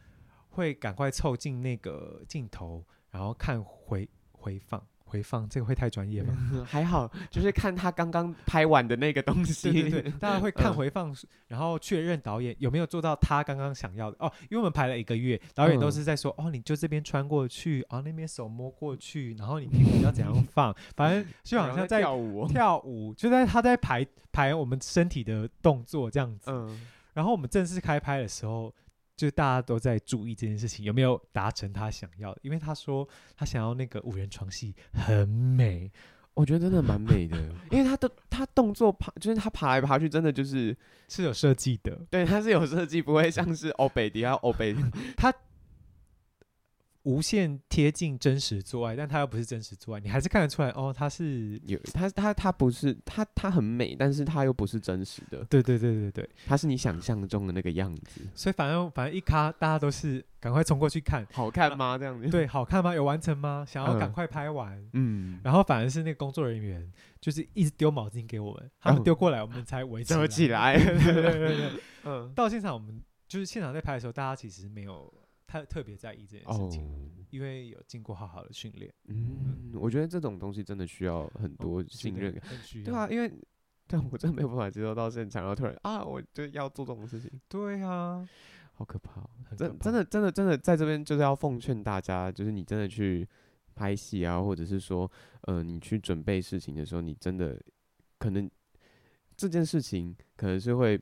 会赶快凑近那个镜头，然后看回回放，回放这个会太专业吗？嗯还好，就是看他刚刚拍完的那个东西。 对对对，大家会看嗯回放，然后确认导演有没有做到他刚刚想要的哦。因为我们排了一个月，导演都嗯是在说、哦，你就这边穿过去，啊、那边手摸过去，然后你屁股要怎样放，反正就好然后像在跳舞 哦。跳舞，就在他在排排我们身体的动作这样子。嗯，然后我们正式开拍的时候，就大家都在注意这件事情有没有达成他想要的，因为他说他想要那个五人床戏很美，我觉得真的蛮美 的，因为他的他动作爬，就是他爬来爬去，真的就是是有设计的。对，他是有设计，不会像是欧北迪啊欧北，无限贴近真实做爱，但他又不是真实做爱，你还是看得出来哦，他是 有他他他不是他他很美，但是他又不是真实的，对对对对对，他是你想象中的那个样子，所以反正反正一咖大家都是赶快冲过去看，好看吗？这样子，对，好看吗？有完成吗？想嗯要赶快拍完，嗯，然后反而是那个工作人员就是一直丢毛巾给我们，他们嗯丢过来，我们才围折起起来。来，对对对对，嗯，到现场我们就是现场在拍的时候，大家其实没有太特别在意这件事哦，情，因为有经过好好的训练，嗯，我觉得这种东西真的需要很多我觉哦信得任感，哦很需对啊，要因为但我真的没有办法接受到现场，然后突然啊，我就要做这种事情，对啊，好可怕、哦。很可真真怕的真的真的在这边就是要奉劝大家，就是你真的去拍戏啊，或者是说，呃，你去准备事情的时候，你真的可能这件事情可能是会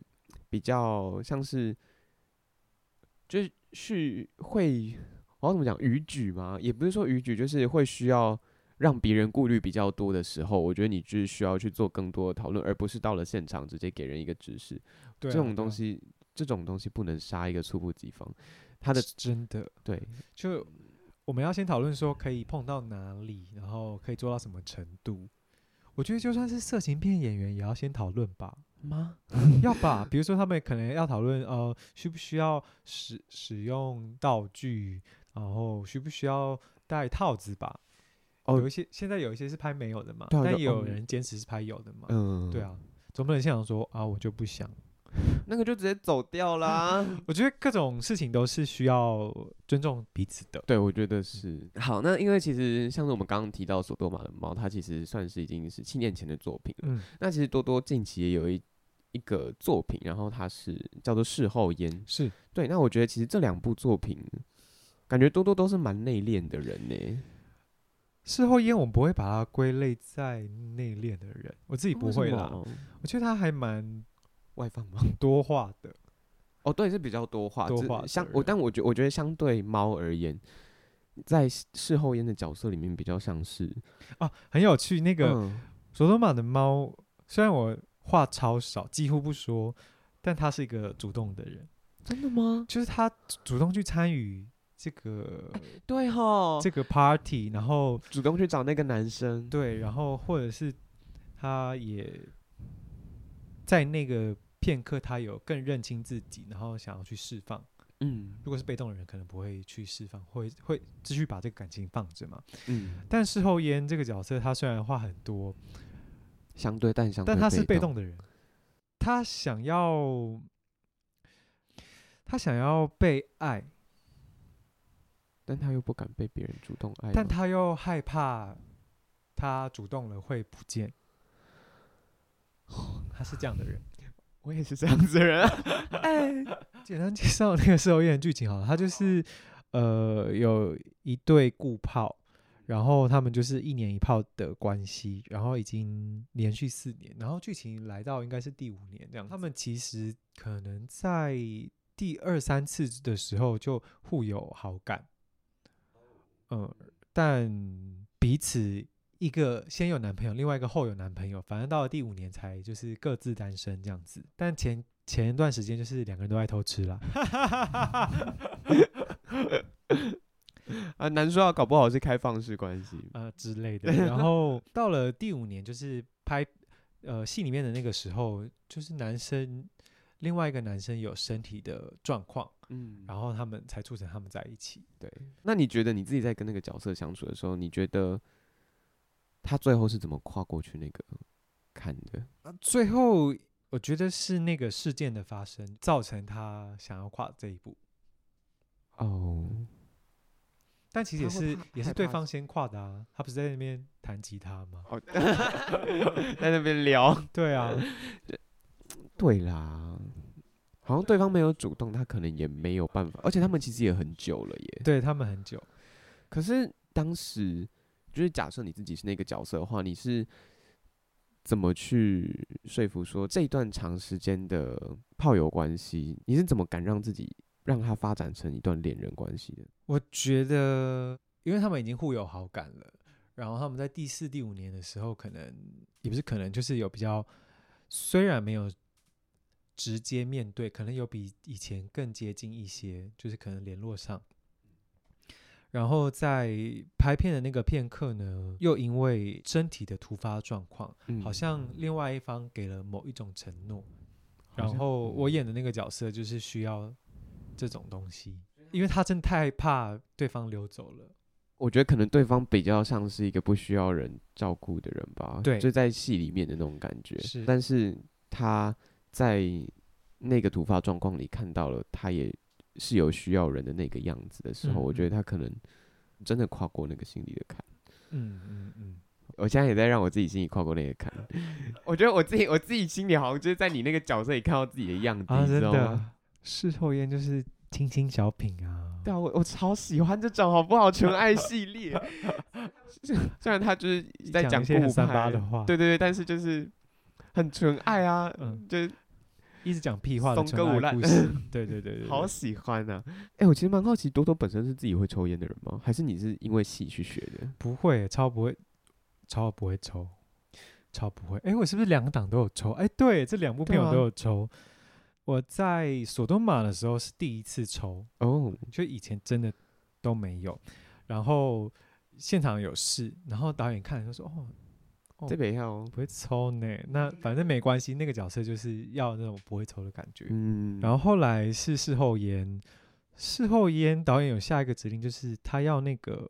比较像是，就是去会我要怎么讲逾矩吗？也不是说逾矩，就是会需要。让别人顾虑比较多的时候，我觉得你就是需要去做更多的讨论，而不是到了现场直接给人一个指示。对啊这种对啊东西，这种东西不能杀一个猝不及防。他的是真的对，就我们要先讨论说可以碰到哪里，然后可以做到什么程度。我觉得就算是色情片演员，也要先讨论吧。吗？要吧，比如说他们可能要讨论呃，需不需要使使用道具，然后需不需要戴套子吧？哦有一些现在有一些是拍没有的嘛，对啊但有也有嗯人坚持是拍有的嘛。嗯，对，啊，总不能现场说啊，我就不想。那个就直接走掉 啦。我觉得各种事情都是需要尊重彼此的。对，我觉得是嗯好。那因为其实像是我们刚刚提到索多玛的猫，它其实算是已经是七年前的作品了。嗯，那其实多多近期也有一一个作品，然后它是叫做《事后烟》。是对，那我觉得其实这两部作品，感觉多多都是蛮内敛的人呢、事后烟，我们不会把它归类在内敛的人，我自己不会啦。哦，我觉得他还蛮外放吗？多话的。哦，对，是比较多话，多只话的相我，人但我觉我觉得相对猫而言，在事事后烟的角色里面比较像是啊，很有趣。那个嗯索多玛的猫，虽然我话超少，几乎不说，但他是一个主动的人，真的吗？就是他主主动去参与这个、对哈，这个 party，然后主动去找那个男生，对，然后或者是他也在那个片刻，他有更认清自己，然后想要去释放。嗯如果是被动的人，可能不会去释放，会会继续把这个感情放着嘛。嗯，但事后烟这个角色，他虽然话很多，相对但相对，但他是被，动的人，他想要，他想要被爱，但他又不敢被别人主动爱吗，但他又害怕他主动了会不见。 他是这样的人。我也是这样子的人啊，简单介绍那个《兽宴》剧情好了，它就是呃有一对故炮，然后他们就是一年一炮的关系，然后已经连续四年，然后剧情来到应该是第五年这样。他们其实可能在第二三次的时候就互有好感，嗯、但彼此一个先有男朋友，另外一个后有男朋友，反正到了第五年才就是各自单身这样子。但前前一段时间就是两个人都爱偷吃 啦， 啊，难说啊，搞不好是开放式关系，呃之类的。然后到了第五年，就是拍呃戏里面的那个时候，就是男生另外一个男生有身体的状况，嗯，然后他们才促成他们在一起。对，那你觉得你自己在跟那个角色相处的时候，你觉得他最后是怎么跨过去那个坎的？最后我觉得是那个事件的发生造成他想要跨这一步，哦，但其实也他会是怕也害是对怕方先跨的啊，他不是在那边弹吉他吗？ 好， 在那边聊。对啊，对啦，好像对方没有主动，他可能也没有办法，而且他们其实也很久了耶。对他们很久。可是当时就是假设你自己是那个角色的话，你是怎么去说服说这段长时间的炮友关系，你是怎么敢让自己让它发展成一段恋人关系的？我觉得，因为他们已经互有好感了，然后他们在第四、第五年的时候，可能也不是可能，就是有比较，虽然没有直接面对，可能有比以前更接近一些，就是可能联络上。然后在拍片的那个片刻呢，又因为身体的突发状况，嗯好像另外一方给了某一种承诺，好然像后嗯我演的那个角色就是需要这种东西，因为他真的太怕对方溜走了。我觉得可能对方比较像是一个不需要人照顾的人吧，对就在戏里面的那种感觉。是但是他在那个突发状况里看到了，他也是有需要人的那个样子的时候，嗯我觉嗯得他可能真的跨过那个心理的坎。嗯嗯嗯，我现在也在让我自己心里跨过那个坎。 我觉得我自己，我自己心里好像就是在你那个角色里看到自己的样子，啊，你知真道吗？的，事后烟就是清新小品啊。对啊，我我超喜欢这种好不好？纯爱系 列，虽然他就是在讲一些顾很三派八的话，，对对对，但是就是很纯爱啊，嗯，就是一直讲屁话的松哥无纯爱赖 故事，对对对对，好喜欢啊。哎、我其实蛮好奇，多多本身是自己会抽烟的人吗？还是你是因为戏去学的？不会，超不会，超不会抽，超不会。哎，我是不是两个档都有抽？哎，对，这两部对片我啊都有抽。我在索多玛的时候是第一次抽，哦，就以前真的都没有。然后现场有事，然后导演看了就说：“哦，哦这边要，不会抽呢。”那嗯反正没关系，那个角色就是要那种不会抽的感觉。嗯，然后后来是事后烟，事后烟导演有下一个指令，就是他要那个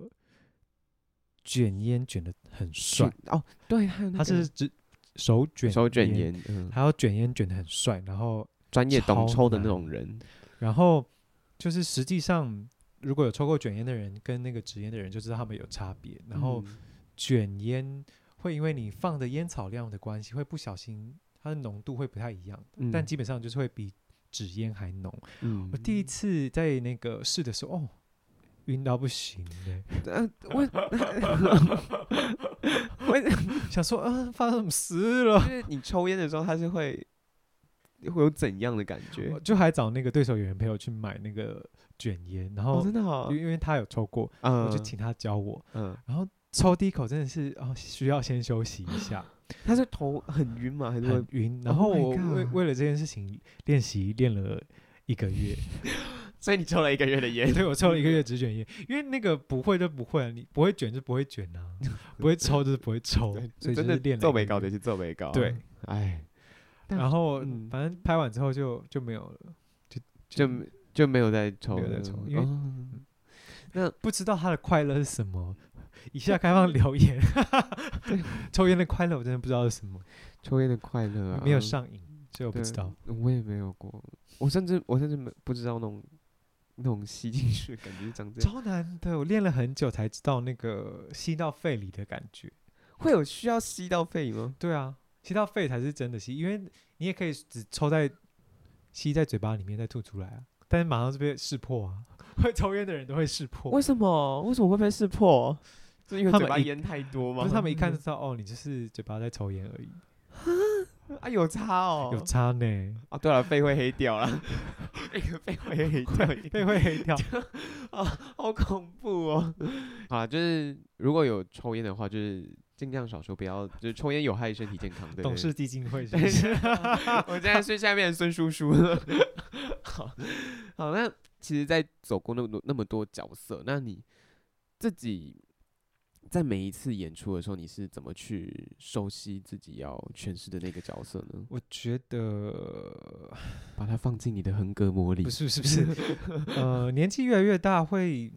卷烟卷的很去帅，哦，对，还有那他个是指手卷手卷烟，烟，嗯，他要卷烟卷的很帅，然后专业懂超抽的那难种人，嗯然后就是实际上如果有抽过卷烟的人跟那个纸烟的人就知道他们有差别，然后嗯卷烟会因为你放的烟草量的关系，会不小心它的浓度会不太一样，但嗯基本上就是会比纸烟还浓。嗯我第一次在那个试的时候，哦，晕到不行 嘞，呃，我 我想说啊，发生什么事了？就是你抽烟的时候，他是会会有怎样的感觉我？就还找那个对手演员朋友去买那个卷烟，然哦，后真的好因，为因为他有抽过，嗯我就请他教我，嗯 然后抽第一口真的是哦，需要先休息一下，他是头很晕嘛，还是会很晕。然 Oh 后 my 我为 God 为了这件事情练习练了一 个月，哎所以你抽了一个月的烟，对我抽了一个月只卷烟，因为那个不会就不会啊，你不会卷就不会卷 啊，不会抽就是不会抽，所以就真是的练了皱一个眉高月的是皱眉高，对，，哎，但然后嗯反正拍完之后就就没有了，就就就没有再抽没有了，再抽因为哦不知道他的快乐是 什么。以下开放留言， 抽烟的快乐我真的不知道是什么，抽烟的快乐啊，没有上瘾，所以我不对知道。我也没有过，我甚至我甚至没不知道那种那种吸进去的感觉是长 这样，超难的，我练了很久才知道那个吸到肺里的感觉。会有需要吸到肺吗？对啊，吸到肺才是真的吸，因为你也可以只抽在吸在嘴巴里面再吐出来啊，但是马上就被识破啊。 会抽烟的人都会识 破，为什么？为什么会被识破？是因为他嘴们巴一烟太多吗？不是他们一看就知道哦，你就是嘴巴在抽烟而已， 啊，有差哦，有差呢，啊。对了，肺会黑掉 了，那个肺会黑掉，被会黑掉。好恐怖哦！ 啊，就是如果有抽烟的话，就是尽量少抽，不要就是抽烟有害身体健康。 对董对 事基金会是对不是我现在是下面的孙叔叔了。 好，好，那其实，在走过那么多那么多角色，那你自己在每一次演出的时候，你是怎么去熟悉自己要诠释的那个角色呢？ 我觉得把它放进你的横膈膜里不，是不是 不是，呃，年纪越来越大会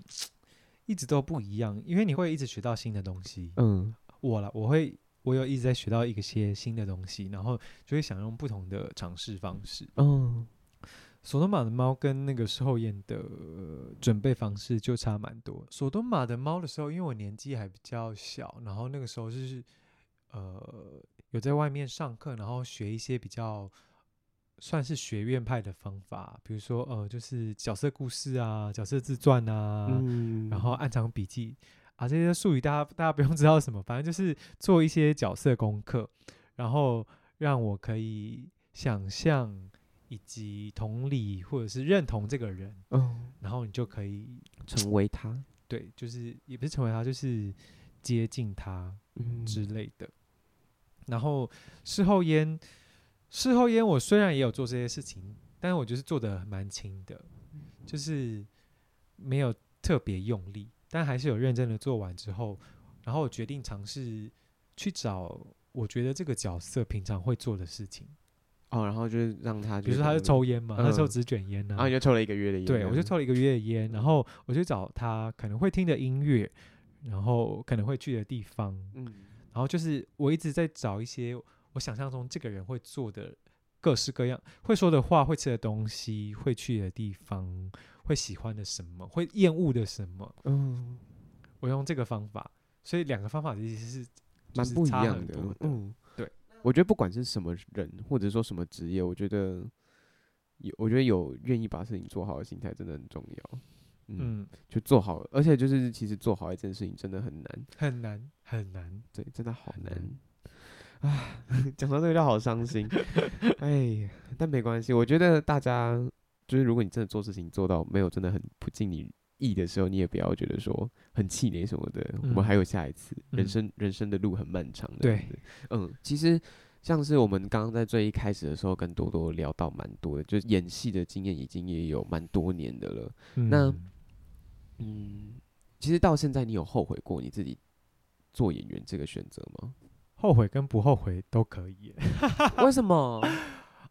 一直都不一样，因为你会一直学到新的东西。嗯，我啦，我会我有一直在学到一个些新的东西，然后就会想用不同的尝试方式。哦，索多玛的猫跟那个时候演的、呃准备方式就差蛮多。索多玛的猫的时候，因为我年纪还比较小，然后那个时候就是呃有在外面上课，然后学一些比较算是学院派的方法，比如说呃就是角色故事啊、角色自传啊，嗯然后暗藏笔记啊，这些术语大家大家不用知道什么，反正就是做一些角色功课，然后让我可以想象以及同理或者是认同这个人，嗯，然后你就可以成为他，对，就是也不是成为他，就是接近他嗯之类的。然后事后烟，事后烟我虽然也有做这些事情，但是我就是做的蛮轻的，嗯就是没有特别用力，但还是有认真的做完之后，然后我决定尝试去找我觉得这个角色平常会做的事情，哦，然后就是让他，比如说他是，抽烟嘛，他抽嗯纸卷烟啊然后你就抽了一个月的烟，对，我就抽了一个月的烟，然后我就找他可能会听的音乐，然后可能会去的地方，嗯，然后就是我一直在找一些我想象中这个人会做的各式各样，会说的话，会吃的东西，会去的地方，会喜欢的什么，会厌恶的什么。嗯，我用这个方法，所以两个方法其实是蛮是不一差样很的多的。嗯，对，我觉得不管是什么人，或者说什么职业，我觉得有，我觉得有愿意把事情做好的心态真的很重要。嗯，嗯，就做好，而且就是其实做好一件事情真的很难，很难很难。对，真的好很难难。啊， 讲到这个就好伤心，哎呀，但没关系，我觉得大家就是如果你真的做事情做到没有真的很不尽你意的时候，你也不要觉得说很气馁什么的，我嗯们还有下一次，人嗯生人生的路很漫长的，对，嗯，其实像是我们刚刚在最一开始的时候跟多多聊到蛮多的，就是演戏的经验已经也有蛮多年的了。那嗯嗯，其实到现在你有后悔过你自己做演员这个选择吗？后悔跟不后悔都可以 耶。为什么？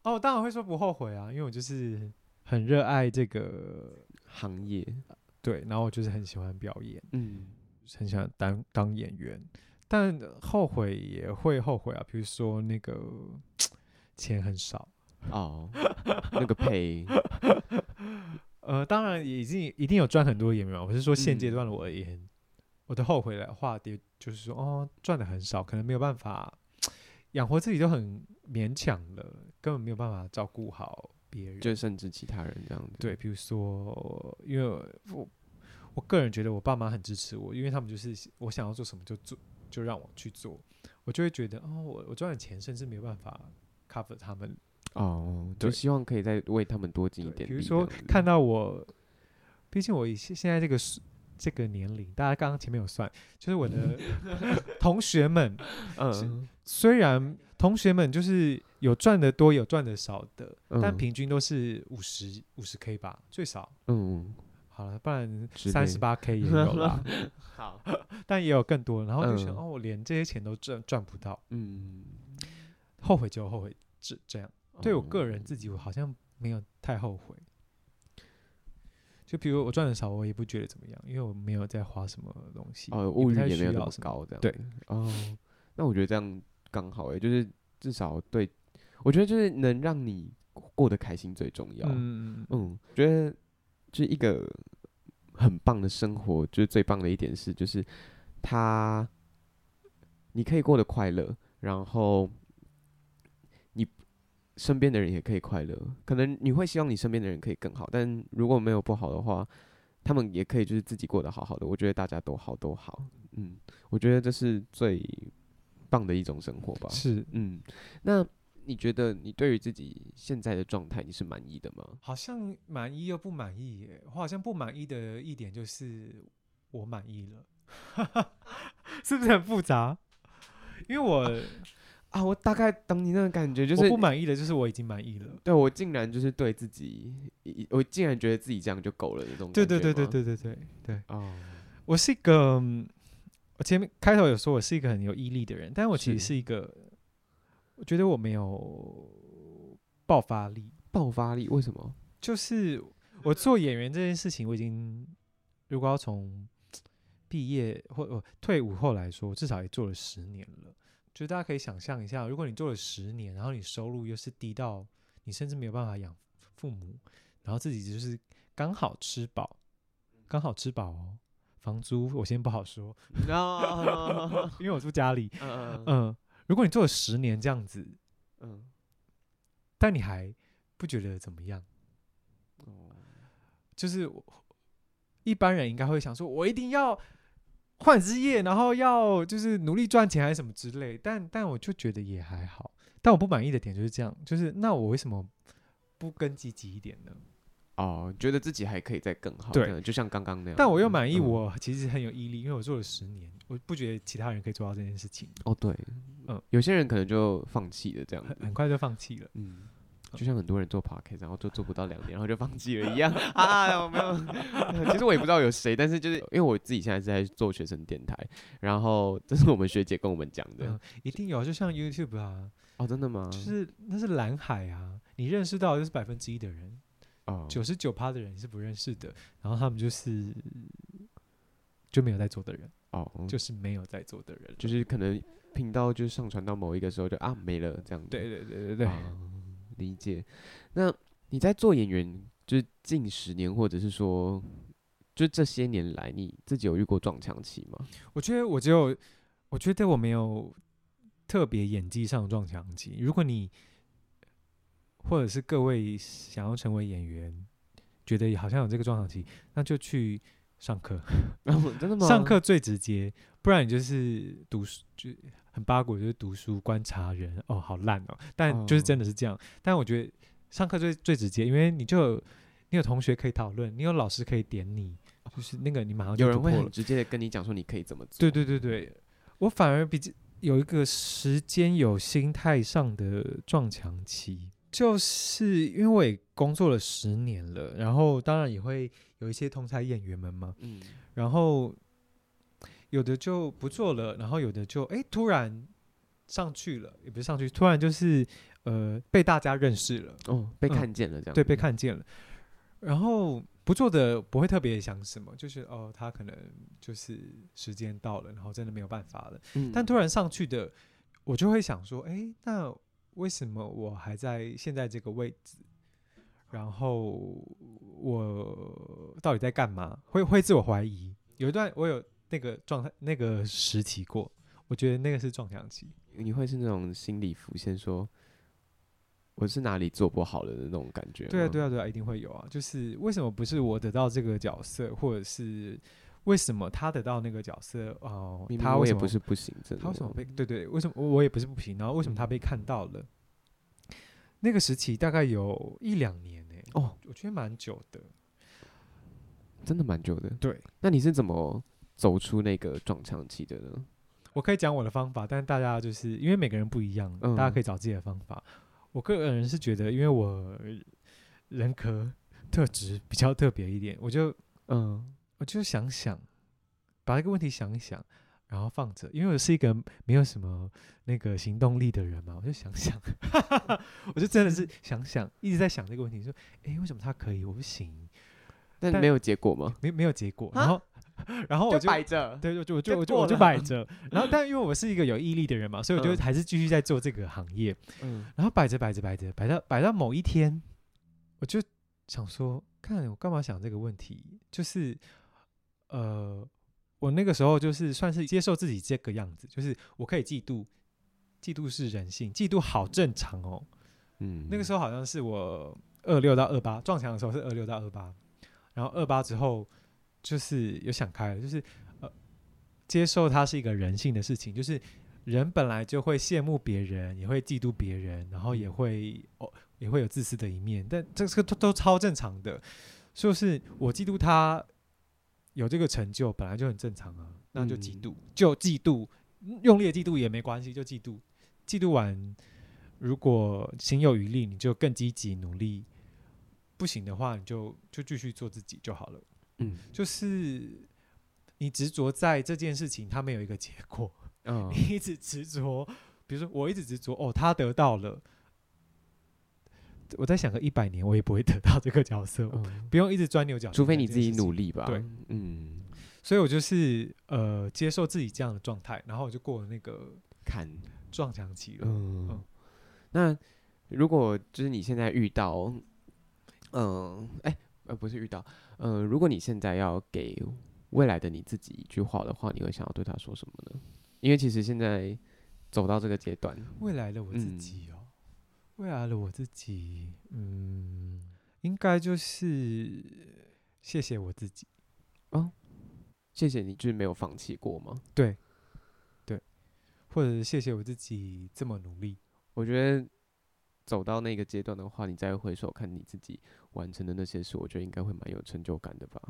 哦，当然会说不后悔啊，因为我就是很热爱这个， 行业，对，然后我就是很喜欢表演。嗯很想当当演员，但后悔也会后悔啊。比如说那个钱很少，哦，那个配，呃，当然也已经一定有赚很多演员嘛。我是说现阶嗯段的我而言，我的后悔的话，也就是说哦，赚的很少，可能没有办法养活自己，都很勉强了，根本没有办法照顾好别人。就甚至其他人这样子，对，比如说，因为我我个人觉得我爸妈很支持我，因为他们就是我想要做什么就做，就让我去做，我就会觉得哦，我我赚的钱甚至没有办法 cover 他们。哦，就对希望可以再为他们多尽一对点比力这如样子。说看到我，毕竟我以现现在这个岁这个年龄，大家刚刚前面有算，就是 我的同学们，嗯，虽然同学们就是有赚的多，有赚的少的，但嗯平均都是五十五十 K 吧，最少。嗯，好了，不然之三十八 K 也 有 啦，好，但也有更多。然后就想，嗯哦，我连这些钱都赚赚不到，嗯，后悔就后悔，这这样。对我个哦人自己，我好像没有太后悔。就比如我赚的少，我也不觉得怎么样，因为我没有在花什么东西，哦，不物欲太也需没有那要么什么高，这样对。哦，那我觉得这样刚好诶、就是至少对我觉得就是能让你过得开心最重要。嗯，嗯，我觉得就是一个很棒的生活，就是最棒的一点是，就是它你可以过得快乐，然后你身边的人也可以快乐。可能你会希望你身边的人可以更好，但如果没有不好的话，他们也可以就是自己过得好好的。我觉得大家都好都好，嗯，我觉得这是最棒的一种生活吧。是，嗯，那你觉得你对于自己现在的状态你是满意的吗？好像满意又不满意耶。我好像不满意的一点就是我满意了， 是不是很复杂？因为我、啊，我大概懂你那个感觉，就我是不满意的就是我已经满意了。对我竟然就是对自己，一我竟然觉得自己这样就够了那种感觉对吗。对对对对对对对，哦，我是一个，嗯我前面开头有说我是一个很有毅力的人，但我其实是是一个，我觉得我没有爆发力，爆发力为什 么？就是我做演员这件事情，我已经如果要从毕业或、呃、退伍后来说，至少也做了十年了。就大家可以想象一下，如果你做了十年，然后你收入又是低到你甚至没有办法养父母，然后自己就是刚好吃饱，刚好吃饱哦。房租我先不好说，啊，因为我住家里。 嗯嗯嗯，如果你做了十年这样子，嗯，但你还不觉得怎么样，哦就是我一般人应该会想说，我一定要换职业，然后要就是努力赚钱还是什么之类。但但我就觉得也还好。但我不满意的点就是这样，就是那我为什么不更积极一点呢？哦，觉得自己还可以再更好，对这样，就像刚刚那样。但我又满意，嗯我其实很有毅力，因为我做了十年，我不觉得其他人可以做到这件事情，哦，对，嗯嗯，有些人可能就放弃了这样子很，很快就放弃了。嗯，就像很多人做 podcast，然后就做不到两年，然后就放弃了一 样啊，我没有，其实我也不知道有谁，但是就是因为我自己现在是在做学生电台，然后这是我们学姐跟我们讲的嗯，一定有，就像 YouTube 啊，哦，真的吗？就是那是蓝海啊，你认识到的就是百分之一的人，哦，九十九趴的人你是不认识的，然后他们就是就没有在做的人，哦，就是没有在做的人，就是可能频道就上传到某一个时候就啊没了这样子，对对对对对，哦理解。那你在做演员，就是近十年，或者是说，就这些年来，你自己有遇过撞墙期 吗？我觉得我只有，我觉得我没有特别演技上的撞墙期。如果你或者是各位想要成为演员，觉得好像有这个撞墙期，那就去上课。哦真的吗？上课最直接，不然你就是读书就很八股，就是读书观察人哦，好烂哦。但就是嗯真的是这样，但我觉得上课最最直接，因为你就有你有同学可以讨论，你有老师可以点你，就是那个你马上就有人突破会很了。直接的跟你讲说你可以怎么做。对对对对，我反而比较有一个时间有心态上的撞墙期，就是因为我也工作了十年了，然后当然也会有一些同台演员们嘛，嗯，然后有的就不做了，然后有的就哎突然上去了，也不是上去，突然就是呃被大家认识了，哦，被嗯看见了这样。对，被。看见了。然后不做的不会特别想什么，就是哦他可能就是时间到了，然后真的没有办法了。嗯但突然上去的，我就会想说，哎，那为什么我还在现在这个位置？然后我到底在干嘛？会会自我怀疑。有一段我有那个状态、那个时期过，我觉得那个是撞墙期。你会是那种心理浮现说。我是哪里做不好的那种感觉？对啊，对啊。啊，对啊，一定会有啊。就是为什么不是我得到这个角色，或者是为什么他得到那个角色？哦、明明他我为也什么不是不行，真的。他为什么被对对，为什么我也不是不行，然后为什么他被看到了？那个时期大概有一两年呢、欸哦，我觉得蛮久的。真的蛮久的。对，那你是怎么走出那个撞墙期的呢？我可以讲我的方法，但大家就是因为每个人不一样，嗯大家可以找自己的方法。我个人是觉得，因为我人格特质比较特别一点，我就嗯，我就想想，把这个问题想一想，然后放着，因为我是一个没有什么那个行动力的人嘛，我就想想， 我就真的是想想，一直在想这个问题，说，诶，为什么他可以，我不行，但但没有结果吗？没没有结果，啊然后 然后我就。着。对，我就我就就我就过我就了摆着，然后但因为我是一个有毅力的人嘛，所以我就嗯还是继续在做这个行业。嗯然后摆着摆着摆着，摆到摆到某一天，我就想说，看我干嘛想这个问题？就是，呃，我那个时候就是算是接受自己这个样子，就是我可以嫉妒，嫉妒是人性，嫉妒好正常哦。嗯，那个时候候好像是我二六到二八撞墙的时候是二六到二八，然后二八之后就是有想开了，就是呃接受它是一个人性的事情，就是人本来就会羡慕别人，也会嫉妒别人，然后也会哦也会有自私的一面，但这个都都超正常的，就是我嫉妒他有这个成就本来就很正常啊，那就嫉嗯妒、就嫉妒，用力的嫉妒也没关系，就嫉妒，嫉妒完。如果心有余力，你就更积极努力；不行的话，你就就继续做自己就好了。嗯就是你执着在这件事情，它没有一个结果，嗯你一直执着。比如说，我一直执着，哦，他得到了。我在想个一百年，我也不会得到这个角色， 我嗯，不用一直钻牛角尖。啊除非你自己努力吧。对，嗯，所以我就是呃接受自己这样的状态，然后我就过了那个看，撞墙期了。嗯嗯，那如果就是你现在遇到，嗯，哎，呃，不是遇到，嗯，如果你现在要给未来的你自己一句话的话，你会想要对他说什么呢？因为其实现在走到这个阶段，未来的我自嗯己哦，未来的我自己，嗯，应该就是谢谢我自己。谢谢你，就是没有放弃过吗？对，对，或者是谢谢我自己这么努力。我觉得走到那个阶段的话，你再回首看你自己完成的那些事，我觉得应该会蛮有成就感的吧。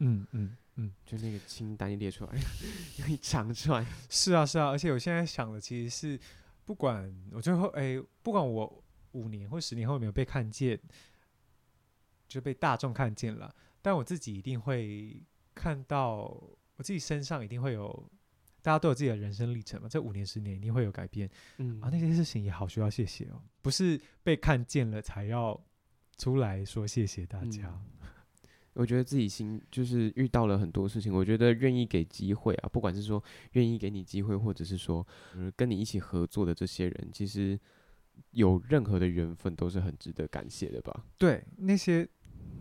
嗯嗯嗯，就那个清单一列出来， 一长串，是啊是啊，而且我现在想的其实是，不管我最后哎，不管我五年或十年后有没有被看见，就被大众看见了，但我自己一定会看到，我自己身上一定会有。大家都有自己的人生历程嘛，这五年十年一定会有改变，嗯啊，那些事情也好需要谢谢哦，不是被看见了才要出来说谢谢大家。嗯我觉得自己心就是遇到了很多事情，我觉得愿意给机会啊，不管是说愿意给你机会，或者是说呃跟你一起合作的这些人，其实有任何的缘分都是很值得感谢的吧。对，那些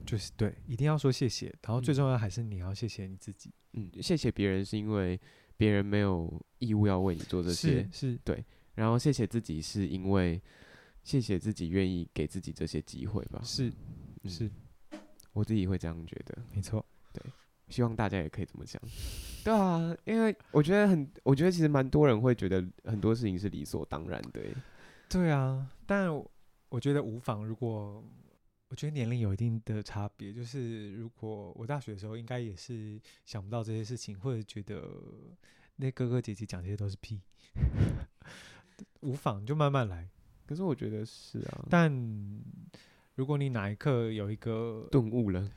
就是对，一定要说谢谢。然后最嗯重要还是你要谢谢你自己，嗯，谢谢别人是因为别人没有义务要为你做这些是，是，然后谢谢自己是因为谢谢自己愿意给自己这些机会吧。是嗯是，我自己会这样觉得。没错。希望大家也可以这么想。对呃啊，因为我觉得很，我觉得其实蛮多人会觉得很多事情是理所当然的欸。对啊，但我我觉得无妨。如果我觉得年龄有一定的差别，就是如果我大学的时候，应该也是想不到这些事情，或者觉得那哥哥姐姐讲这些都是屁，无妨，你就慢慢来。可是我觉得是啊，但如果你哪一刻有一个，顿悟了，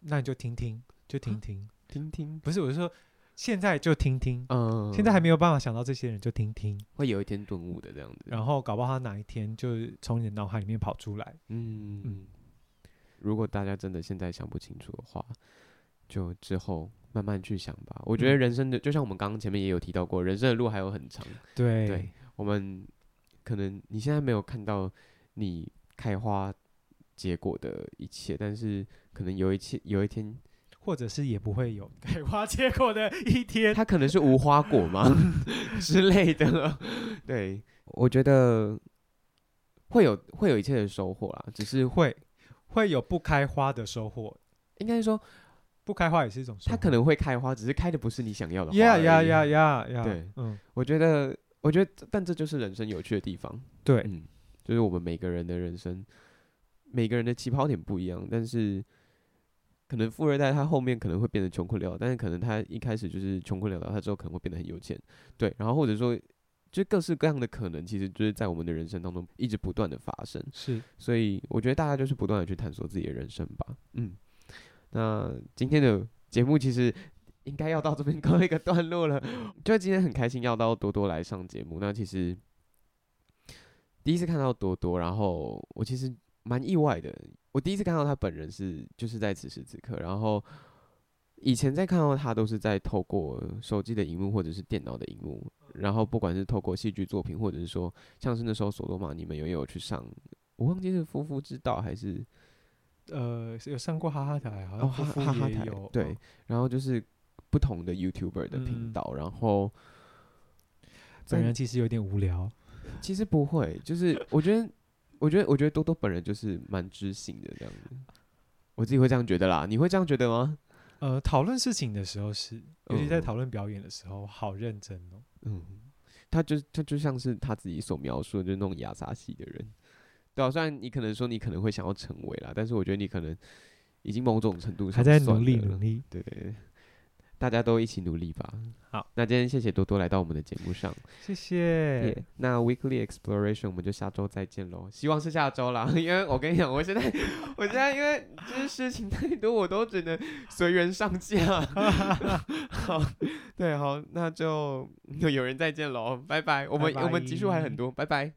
那你就听听，就听听。听听，不是，我是说现在就听听， 嗯，现在还没有办法想到这些人，就听听。会有一天顿悟的这样子。然后搞不好他哪一天就从你的脑海里面跑出来。嗯，嗯如果大家真的现在想不清楚的话，就之后慢慢去想吧。我觉得嗯人生的，就像我们刚刚前面也有提到过，人生的路还有很长。对对我们可能你现在没有看到你开花结果的一切，但是可能有一天有一天，或者是也不会有开花结果的一天。它可能是无花果 嘛之类的。对，我觉得会有会有一切的收获啦，只是会会有不开花的收获，应该说不开花也是一种收获。它可能会开花，只是开的不是你想要的花。呀呀呀！呀呀，对，嗯，我觉得，我觉得，但这就是人生有趣的地方。对，嗯，就是我们每个人的人生，每个人的起跑点不一样，但是可能富二代他后面可能会变得穷困潦倒，但是可能他一开始就是穷困潦倒，他之后可能会变得很有钱，对，然后或者说就各式各样的可能，其实就是在我们的人生当中一直不断的发生，是所以我觉得大家就是不断的去探索自己的人生吧，嗯，那今天的节目其实。应该要到这边告一个段落了，就今天很开心要到多多来上节目。那其实第一次看到多多，然后我其实蛮意外的。我第一次看到他本人是就是在此时此刻，然后以前在看到他都是在透过手机的荧幕或者是电脑的荧幕，然后不管是透过戏剧作品，或者是说像是那时候索罗马你们也有去上，我忘记是夫妇之道还是呃有上过哈哈台，好哦像哈夫妇哈哈也台有对，然后就是不同的 YouTuber 的频嗯道，然后在本人其实有点无聊，其实不会， 就是我觉得，我觉得，我觉得多多本人就是蛮知性的这样子，我自己会这样觉得啦。你会这样觉得吗？呃，讨论事情的时候是，尤其在嗯讨论表演的时候，好认真哦。嗯，他就他就像是他自己所描述的，就是那种雅萨系的人。对啊，虽然你可能说你可能会想要成为啦，但是我觉得你可能已经某种程度上还在算努力了努力，对对对，大家都一起努力吧。好，那今天谢谢多多来到我们的节目上。谢谢。 Yeah，那 Weekly Exploration 我们就下周再见喽，希望是下周啦，因为我跟你讲，我现在 我现在因为就是事情太多，我都只能随缘上架。 好， 对，好，那就有人再见喽，拜拜。我们拜拜我们集数还很多，拜拜。